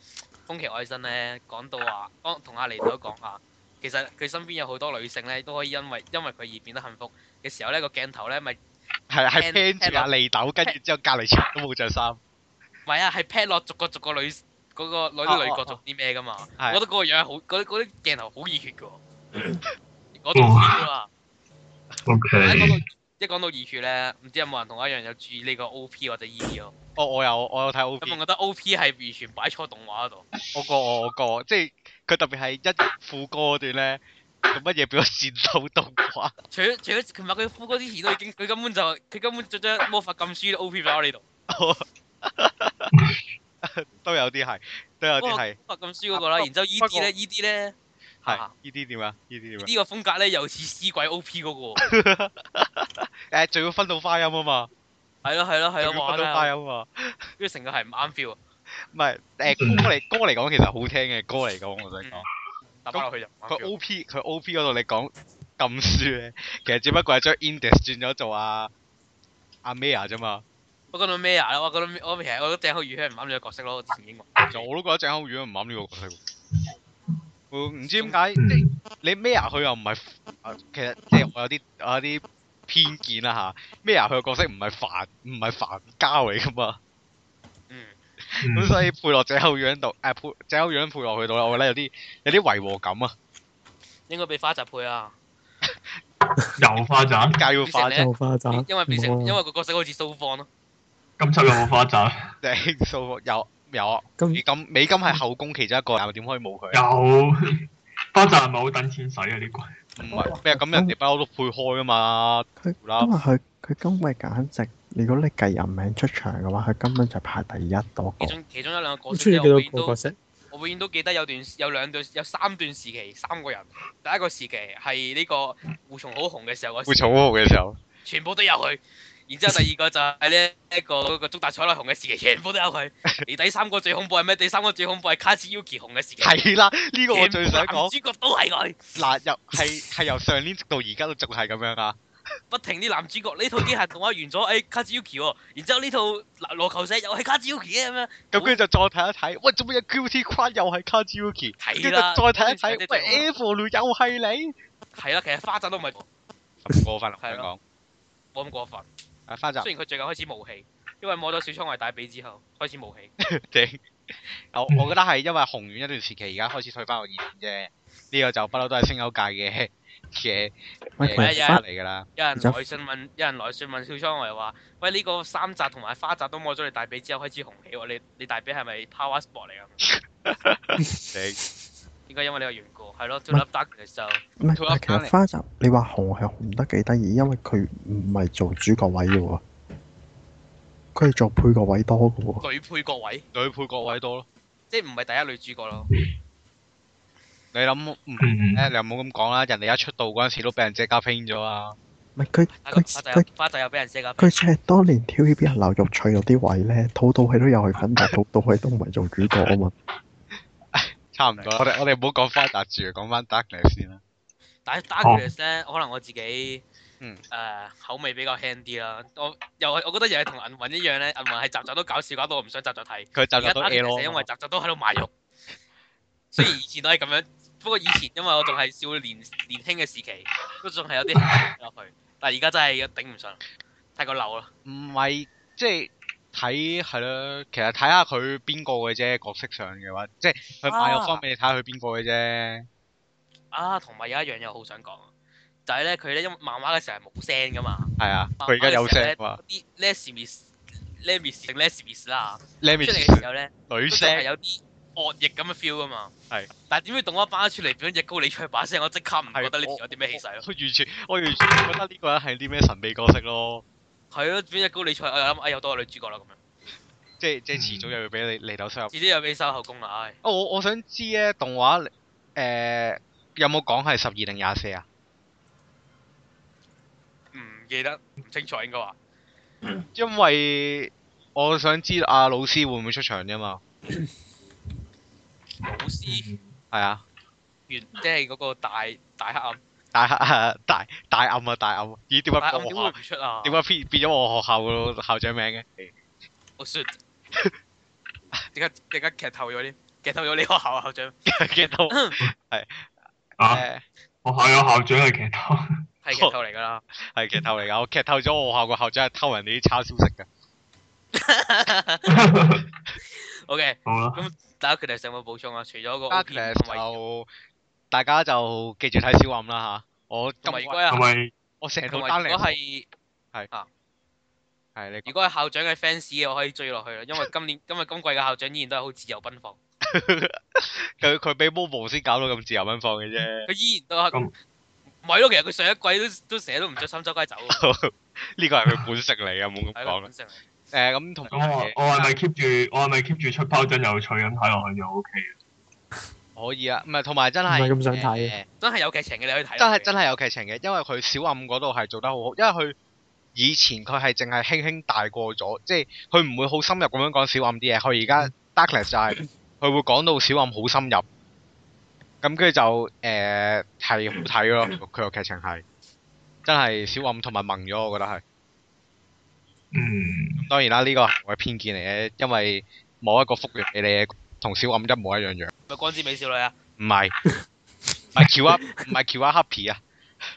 S3: 風奇愛生咧講到話，當同阿尼都講啊，其實佢身邊有好多女性咧都可以因為因為佢而變得幸福嘅時候咧，個鏡頭咧咪唔
S2: 係係
S3: And-
S2: pan 住阿利豆，啊跟住之後隔離全部都冇着衫，
S3: 係啊，係 pat 落逐個逐個女嗰個女
S2: 哦
S3: 女角
S2: 哦
S3: 做啲咩噶嘛？我
S2: 係嗯
S3: 覺得嗰個樣係好，嗰啲嗰啲鏡頭好熱血噶喎。我都
S5: 哇
S3: 唔
S2: *laughs*
S3: 知啊。
S5: O
S3: 一
S5: K，
S3: 講到一講到熱血咧，唔知有冇人同我一樣有注意呢個 O P 或者 E D 咯？
S2: 我我有我有睇 O
S3: 咁
S2: V
S3: 我。覺得 O P 係完全擺錯動畫嗰度，
S2: 我過我我過，即係佢特別係一副歌嗰段咧，做乜嘢變咗戰鬥動畫？
S3: 除咗除咗佢埋佢副歌之前都
S2: *laughs*
S3: 已經，佢根本就佢根本就將魔法禁書 O P 擺我呢度。
S2: 都有啲
S3: *laughs*
S2: 係，都有啲
S3: 魔
S2: 係，
S3: 法禁書嗰個
S2: 啊不
S3: 啦，
S2: 過
S3: 然之後 E
S2: 不
S3: D
S2: 過
S3: 咧，E D 咧
S2: 係
S3: 啊
S2: 呢啲點啊？呢啲點啊？
S3: 呢個風格咧又似屍鬼 O P 嗰個喎，
S2: 誒，仲要分到花音啊嘛，
S3: 係咯係咯係
S2: 仲要
S3: 咯，哇！
S2: 分
S3: 真
S2: 到花
S3: 係
S2: 音啊嘛，
S3: 跟住成個係唔啱 feel 啊，
S2: 唔係誒歌嚟歌嚟講其實好聽嘅歌嚟講，我想講
S3: 嗯打翻落去就唔啱
S2: 佢
S3: feel。
S2: O P 佢 O P 嗰度你講禁書咧，其實只不過係將 index 轉咗做啊阿 Mia 啫嘛，
S3: 我講到咩啊？我講到咩我其實我覺得鄭浩宇係唔啱呢個角色咯，我之前已經話。
S2: 其實我都覺得鄭口語唔啱呢個角色喎，我唔知點解即係
S5: 嗯
S2: *laughs* 你 Mia 佢又唔係，啊其實即係我有啲我有啲偏見啦吓，咩啊？佢個角色唔係凡唔係凡家嚟噶嘛，
S3: 嗯，
S2: 咁所以配落井口樣度，誒配井口樣配落去到咧，我覺得有啲有啲違和感啊，
S3: 應該俾花澤配啊，
S5: 有花盞，
S2: 點解要化
S3: 咧
S4: 就花盞，
S3: 因為變成
S4: 唔好啊
S3: 因為個角色好似蘇方咯，
S5: 今輯有冇花盞？
S2: 定數有有啊
S4: 咁
S2: 美金美金係後宮其中一個，但係點可以冇佢啊？
S5: 有花盞係咪好等錢使啊？呢個
S2: 唔係咩咁人哋不嬲都配開噶嘛，
S1: 佢
S2: 啦
S1: 因為佢佢今季簡直，如果你計人名出場嘅話，佢根本就排第一嗰個。
S3: 其中其中一兩個角
S4: 出
S3: 色呢
S4: 咗
S3: 我永
S4: 幾
S3: 遠
S4: 多個角
S3: 都
S4: 色？
S3: 我永遠都記得有段有兩段有三段時期三個人，第一個時期係呢個護蟲好紅嘅時候，
S2: 配草豪嘅時候，
S3: 全部都有佢。然之後第二個就係呢一個嗰個中大彩內紅嘅時期，全部都有佢。而第三個最恐怖係咩？第三個最恐怖係卡斯 Yuki 紅嘅時期，
S2: 係啦，呢個我
S3: 全
S2: 最
S3: 部
S2: 想
S3: 男
S2: 講，
S3: 主角都係佢，
S2: 嗱由係係由上年直到而家都仲係咁樣啊，
S3: 不停啲男主角呢套機械動畫完咗，誒、哎、卡斯 Yuki 喎，然之後呢套羅球社又係卡斯 Yuki 嘅咁樣，
S2: 咁跟住就再睇一睇，喂做乜嘢 QT 框又係 Kazuki，跟住
S3: 係
S2: 就
S3: 啦，
S2: 再睇一
S3: 嗰段時
S2: 睇，
S3: 間
S2: 喂 Evil 又係你，
S3: 係啦，其實花澤都唔係
S2: 咁過分啦，
S3: 係
S2: 香
S3: 咯
S2: 港，
S3: 冇咁過分，
S2: 啊花澤
S3: 雖然佢最近開始冒氣，因為摸咗小倉衞大髀之後開始冒氣。
S2: *laughs* 正，我
S3: 嗯
S2: 我覺得係因為紅丸一段時期而家開始退翻個熱點啫，呢個就不嬲都係星友界嘅 *laughs* 嘅
S1: 喂
S2: 嘅
S1: 佢
S3: 係
S2: 嚟㗎啦。
S3: 有人
S1: 而家
S3: 來信問，有人來信問小倉維話：，喂，呢、個三集同埋花集都摸咗你大髀之後開始紅起喎，你你大髀係咪 Power Sport 嚟㗎？
S2: 你
S3: 應該因為呢個緣故，係咯，To Love Darkness 就
S1: 唔係，但
S2: 佢
S1: 係
S2: 話
S1: 其實花澤你話紅係紅得幾得意，因為佢唔係做主角位嘅喎，佢係做配角位多嘅喎。
S3: 女配角位，
S2: 女配角位多咯。
S3: 即係唔係第一女主角咯。
S2: 你諗唔
S5: 嗯
S2: 咧？你又冇咁講啦，人哋一出道嗰陣時都俾人借家拼咗啊！
S1: 唔係佢
S3: 花
S1: *laughs* 佢
S3: 集花
S1: 佢
S3: 集花集又俾人寫㗎，
S1: 佢只係當年 TVB 人流肉脆嗰啲位咧，套套戲都有佢份，但係套套戲都唔係做主角啊
S2: *laughs*
S1: 嘛。
S2: 差唔多啦，我哋我哋唔好講花達住，講翻 Darkness 先啦。
S3: 但係 Darkness 咧，可能我自己
S2: 嗯
S3: 誒、口味比較輕啲啦。我又係我覺得又係同銀魂一樣咧，銀魂係集集都搞笑，搞到我唔想集集睇。
S2: 佢
S3: 而
S2: 就
S3: 家
S2: 入到啊
S3: 打
S2: A
S3: 拳
S2: 咯
S3: 就，因為集集都喺度賣肉。雖然以前都係咁樣， *laughs* 不過以前因為我仲係少年年輕嘅時期，都仲係有啲落去，但係而家真係頂唔順，太過流啦。
S2: 唔係即係睇係咯，其實睇下佢邊個嘅啫，角色上嘅話，即係佢賣肉方面，你睇下佢邊個嘅啫。
S3: 啊，同埋有一樣嘢我好想講，啊就係咧佢咧因為漫畫嘅時候係冇聲噶嘛，
S2: 係啊，佢而家有聲嘛
S3: 嗰啲 lesbians、lesbians 定 lesbians 啦，
S2: l e m
S3: 出嚟嘅時
S2: i
S3: 候咧，
S2: 女
S3: 都仲係
S2: 聲，
S3: 有啲惡逆咁嘅 feel 噶嘛。
S2: 係。
S3: 但係點解動畫版出嚟變咗隻高李出把聲，我即刻唔覺得
S2: 係
S3: 呢條
S2: 我
S3: 有啲咩氣勢啊咯。
S2: 我完全我完全覺得呢個人係啲咩神秘角色咯，
S3: 係咯，變咗隻高李出，我又諗，哎，又多個女主角啦咁樣。
S2: 即係
S3: 嗯
S2: 即係遲早又要俾你嚟到收入。
S3: 自己又俾收後宮啦，唉，
S2: 哦，我我想知咧動畫誒、呃有冇講係十二定廿四啊？
S3: 唔記得唔清楚應該話，
S2: 因為我想知阿、老師會唔會出場啫嘛。
S3: 老師
S5: 嗯
S2: 係啊，
S3: 原即係嗰個大大黑暗，
S2: 大大 *laughs* 大暗啊，大暗！咦？點解
S3: 大黑暗
S2: 我學
S3: 點會
S2: 校
S3: 唔出啊？
S2: 點解變變咗我學校個校長名嘅？ *laughs*
S3: 我説點解點解劇透咗啲？劇透咗你學校啊校長
S2: 記得
S3: *laughs*
S2: *laughs*
S5: 啊，
S2: 誒
S5: 學校有校長係劇透， *laughs*
S3: 係劇透嚟㗎啦，
S2: 係劇透嚟㗎，我劇透咗我學校個校長係偷人哋啲抄消息㗎。
S3: *laughs* OK，
S5: 好啦，
S3: 大家佢哋有冇補充 *laughs* 啊？除咗個 O P 同
S2: Darkness
S3: 埋
S2: 就大家就記住睇小暗啦嚇。我
S3: 同
S2: 今
S3: 埋如
S2: 季
S3: 果係
S5: 同埋
S2: 我成套
S3: 同埋
S2: 單
S3: 如果
S2: 嚟
S3: 係
S2: 係你
S3: 如果係校長嘅 fans 嘅，我可以追落去啦，因為今年今日今季嘅校長依然都係好自由奔放，
S2: 佢佢俾 Momo 先搞到咁自由奔放嘅啫。 *laughs*
S3: 佢依然都係
S5: 咁
S3: 唔係咯，其實佢上一季都都成日都唔着衫周街走㗎，
S2: 呢個係佢本色嚟嘅，冇咁
S3: 係
S2: 講
S3: 咯，
S2: 啦
S3: 本。性嚟
S2: 誒咁同
S5: 咁我我啊係咪 keep 住我係咪 keep 住出拋真有趣咁睇落去就 O K
S2: 可以啊？唔係同埋真係
S4: 唔係咁想睇嘅
S2: 誒
S3: 真係有劇情嘅，你可以睇落去。
S2: 真係真係有劇情嘅，因為佢小暗嗰度係做得好好，因為佢以前佢係淨係輕輕大過咗，即係佢唔會好深入咁樣講小暗啲嘢。佢而家 Darkness 就係、佢會講到小暗好深入，咁跟住就誒係、好睇咯。佢個劇情係真係小暗同埋萌咗，我覺得係。
S5: 嗯，
S2: 當然啦，呢、個係我嘅偏見嚟嘅，因為某一個復原俾你嘅同小暗一模一樣樣。
S3: 咪光之美少女啊，
S2: 唔係，唔係喬啊，唔係喬啊，Happy 啊，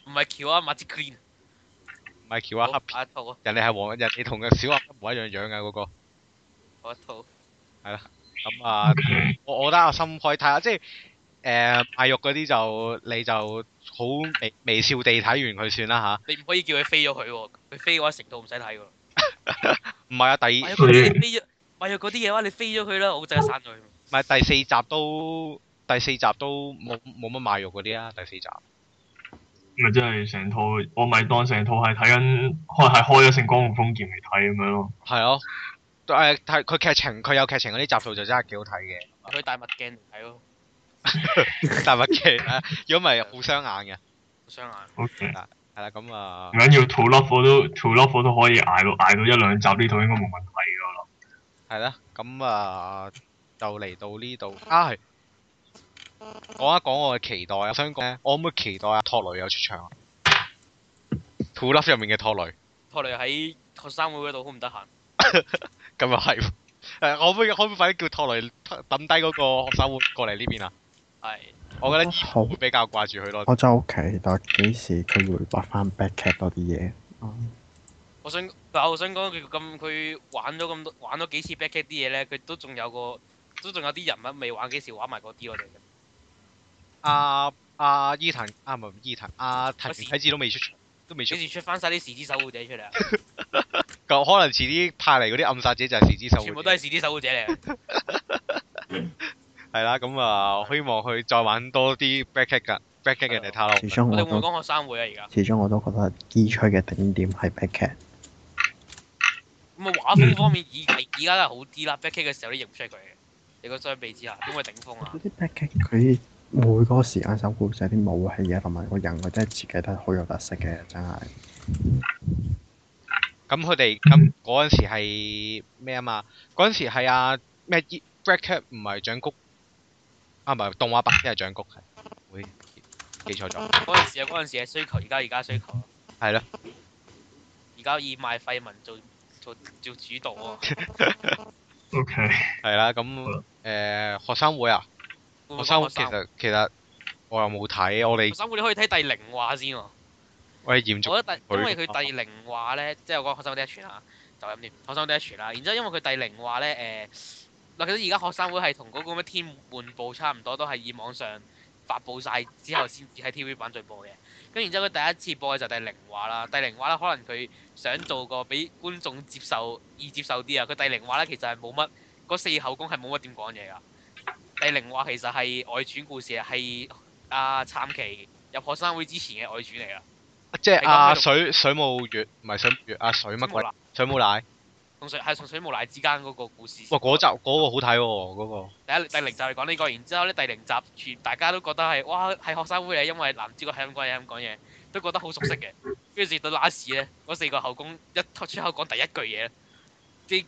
S3: 唔係喬啊，馬之 Green，
S2: 唔係喬啊黑
S3: 好下一套啊，
S2: 人哋係黃，人哋同嘅小黑一模一樣樣嘅嗰個。
S3: 下一套。
S2: 咁啊，
S5: OK，
S2: 我我覺得阿心可以睇下，啊即係誒賣肉嗰啲就你就好微微笑地睇完佢算啦
S3: 你唔可以叫佢飛咗佢喎，佢飛嘅話成套唔使睇喎。
S2: 吓，唔係啊，第
S3: 買
S2: 二
S3: 咗嗰啲飛咗，買咗嗰啲嘢嘅話，你飛咗佢啦，我真係散咗佢。
S2: 唔係第四集都第四集都冇冇乜賣肉嗰啲啊，第四集。
S5: 咪即係成套，我咪當成套係睇緊開係開咗《聖光護風劍》嚟睇咁樣咯。
S2: 係咯，誒睇佢劇情，佢有劇情嗰啲集數就真係幾好睇嘅。
S3: 佢戴墨鏡嚟睇咯，
S2: 但係其啊，如果唔係好傷眼嘅。
S3: 好傷眼。
S5: O K，
S2: 係啦，咁啊
S5: 唔，緊要，To Love 我都 To Love 我都可以捱到捱到一兩集，呢套應該冇問題㗎啦。
S2: 係啦，咁啊，就嚟到呢度啊，係講一講我嘅期待啊。我想講咧，我可唔可以期待啊？托雷有出場啊？To Love 入面嘅托雷，
S3: 托尼喺學生會嗰度好唔得閒，
S2: 咁又係喎。 *laughs* 誒，可唔可以可唔可以快啲叫托雷抌低嗰個學生會過嚟呢邊啊？
S3: 係
S2: 我覺得
S1: 好，
S2: 會比較掛住佢咯。
S1: 我真係好期待幾時佢回歸翻 back cap 多啲嘢。嗯
S3: 我想，但我想講佢咁，佢玩咗咁多，玩咗幾次 back cat 啲嘢咧，佢都仲有個，都仲有啲人物未玩，幾時玩埋嗰啲我哋。
S2: 阿阿伊藤啊啊，唔係伊藤，阿藤原
S3: 時
S2: 啟志都未出場，都未出
S3: 幾時出翻晒啲時之守護者出嚟啊？
S2: 咁可能遲啲派嚟嗰啲暗殺者就係時之手，
S3: 全部都係時之守護者嚟啊。
S2: 係啦。咁啊，我希望佢再玩多啲 back kick 噶 back kick 嘅
S3: 係啊
S2: d a
S1: 始終
S3: 我哋
S1: 我
S3: 會唔會
S1: 都
S3: 講學生會啊？而家
S1: 始終我都覺得伊吹嘅頂點係 back cap。
S3: 咁啊，畫風方面，而而家都係好啲啦。back cat 嘅時候你認唔出佢嘅，你個相比之下點會頂峰
S1: *laughs*
S3: 啊
S1: 嗰？啲 back cap 佢每個時間守護者啲武器啊，同埋個人佢真係設計得好有特色嘅，真係。
S2: 咁佢哋咁嗰陣時係咩啊嘛？嗰陣時係啊咩伊 back kick 唔係掌谷啊，唔係動畫版先係掌谷係，會記錯咗。
S3: 嗰陣時啊，嗰陣時嘅需求，而家而家需求啊。
S2: 係咯，
S3: 而家以賣廢文做做做主導啊！
S5: O K，
S2: 係啦。咁誒學生會啊，
S3: 會唔
S2: 學
S3: 會
S2: 生
S3: 講
S2: 會
S3: 學
S2: 其
S3: 生會
S2: 實其實我又冇睇，我
S3: 學
S2: 哋
S3: 生會你可以睇第零話先喎。
S2: 我哋嚴重
S3: 我覺得第
S2: 佢
S3: 因為佢第零話咧，即係我講學生會第一傳啦，就咁先。學生會第一傳啦，然之後因為佢第零話咧，誒、嗱其實而家學生會係同嗰個咩天換部差唔多，都係以網上發布晒之後先至喺 TV 版再播嘅。跟然之後佢第一次播嘅就係第零話啦，第零話咧可能佢想做個俾觀眾接受易接受啲啊。佢第零話咧其實係冇乜嗰四口供係冇乜點講嘢噶。第零話其實係外傳故事啊，係阿杉奇入學生會之前嘅外傳嚟噶。
S2: 即係
S3: 係咁
S2: 阿
S3: 喺度
S2: 水水母月唔係水母月，阿水乜鬼
S3: 啦？
S2: 水母奶。
S3: 同水係同水無賴之間嗰個故事。
S2: 哇！嗰集嗰個好睇喎，嗰
S3: 第一第零集嚟講呢個，然之後咧第零集全大家都覺得係哇係學生會嚟，因為男主角係咁講嘢係咁講嘢，都覺得好熟悉嘅。
S2: 嗯
S3: 跟住直到 last 咧，嗰四個後宮一出口講第一句嘢咧，跟跟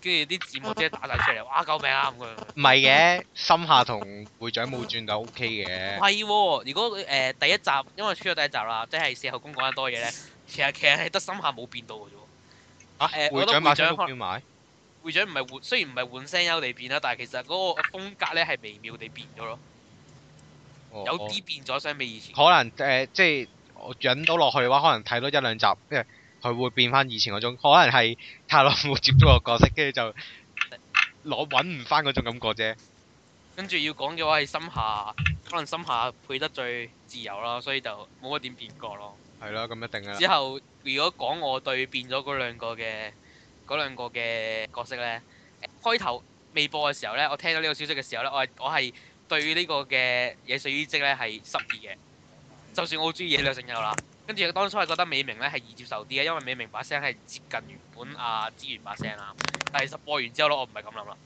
S3: 住啲字幕即係打晒出嚟，哇救命啊咁樣。
S2: 個唔係
S3: 嗯
S2: 嘅，心下同會長冇轉就 O K
S3: 唔
S2: 嘅。
S3: 係喎，如果誒、呃第一集，因為出咗第一集啦，即係四後宮講得多嘢咧，其實其實係得心下冇變到嘅啫喎。
S2: 啊
S3: 誒
S2: 會
S3: 我覺
S2: 長
S3: 得
S2: 馬上
S3: 會長
S2: 都變埋，
S3: 會長唔係換，雖然唔係換聲優地變啦，但係其實嗰個風格咧係微妙地變咗咯，
S2: 哦
S3: 有
S2: 哦
S3: 啲變咗相比以前。
S2: 可能誒，即係我忍到落去嘅話，可能睇多一兩集，因為佢會變翻以前嗰種，可能係太耐冇接觸個角色，跟住就攞揾唔翻嗰種感覺啫。
S3: 跟住要講嘅話係心下，可能心下配得最自由啦，所以就冇乜點變過咯。
S2: 係啦，咁一定㗎
S3: 之
S2: 啦。
S3: 後如果講我對變咗嗰兩個嘅嗰兩個嘅角色咧，開頭未播嘅時候咧，我聽到呢個消息嘅時候咧，我係我係對呢個嘅野水衣織咧係失意嘅。就算我好中意野兩成友啦，跟住當初係覺得美明咧係易接受啲嘅，因為美明把聲係接近原本啊資源把聲啦。但係其實播完之後咧，我唔係咁諗啦。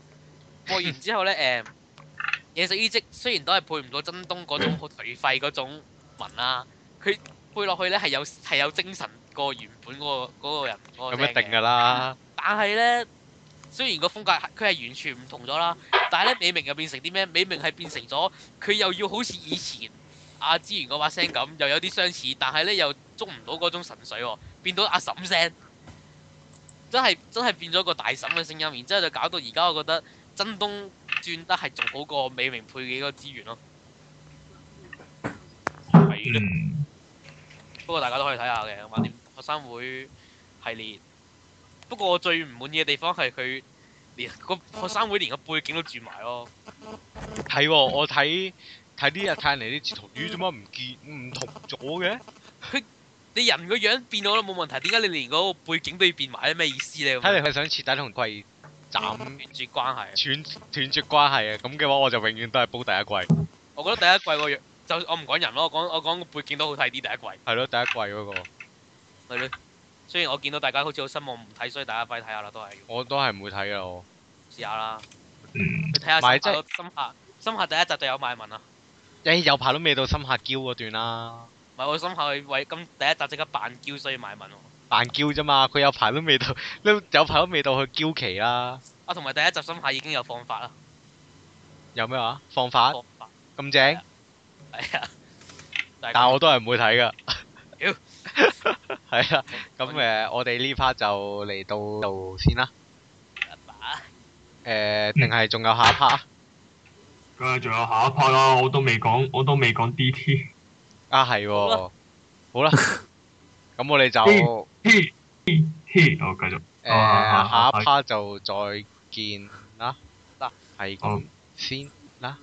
S3: 播完之後咧，誒、野水衣織雖然都係配唔到真東嗰種好頹廢嗰種文啦、佢配落去咧係有係有精神過原本嗰、個嗰個人嗰個
S2: 咁
S3: 聲
S2: 一定啊
S3: 嘅
S2: 㗎啦。
S3: 但係咧，雖然個風格係佢係完全唔同咗啦，但係咧美明又變成啲咩？美明係變成咗佢又要好似以前阿資源嗰把聲咁，又有啲相似，但係咧又捉唔到嗰種神水喎，變到阿嬸聲，真係真係變咗個大嬸嘅聲音，然之後就搞到而家我覺得真東轉得係仲好過美明配嘅嗰個資源咯。係咯
S5: 嗯，
S3: 不過大家都可以睇下嘅，咁啊點學生會系列。不過我最唔滿意嘅地方係佢連個
S2: 嗯
S3: 學生會連個背景都住埋咯，
S2: 係喎，我睇睇呢日睇人哋啲截圖，咦？做乜唔見唔同咗嘅？
S3: 你人個樣變咗都冇問題，點解你連嗰個背景都要變埋咧？咩意思咧？
S2: 睇嚟佢想徹底同季斬斷
S3: 斷絕關係。
S2: 斷絕關係啊！咁嘅話，我就永遠都係煲第一季，
S3: 我覺得第一季個樣，就我唔講人咯，我講我講個背景都好睇啲。第一季
S2: 係咯，第一季嗰個，
S3: 係咯，雖然我見到大家好似好失望唔睇，所以大家快睇下啦，都係要
S2: 我都係唔會睇嘅我。
S3: 試下啦。
S5: 嗯，
S3: 你睇下
S2: 唔係
S3: 深
S2: 即係
S3: 下深下深下第一集就有賣啊文啦，
S2: 誒、有排都未到深客嬌嗰段啦，
S3: 唔係我深下佢為咁第一集即刻扮嬌，所以賣文喎。
S2: 扮嬌啫嘛，佢有排都未到， *laughs* 都有排都未到去嬌期啦。
S3: 啊，同埋第一集深下已經有放法啦，
S2: 有咩話？放法
S3: 放 *laughs* 法
S2: 咁正，
S3: 係啊，但
S2: 但我都啊係唔會睇噶。
S3: 屌
S2: *laughs* 係啊，咁誒、我哋呢 part 就嚟到度先啦。誒、定係仲有下一 part 啊
S5: 梗啊係仲有下一 part 啦，我都未講，我都未講 DT。
S2: 啊？係喎，好 *laughs* 啦，咁我哋就
S5: 嗯
S2: 誒、
S5: 嘿，嘿，我繼續。啊
S2: 下一 part 就再見啦。嗱，係
S5: 好
S2: 咁先啦。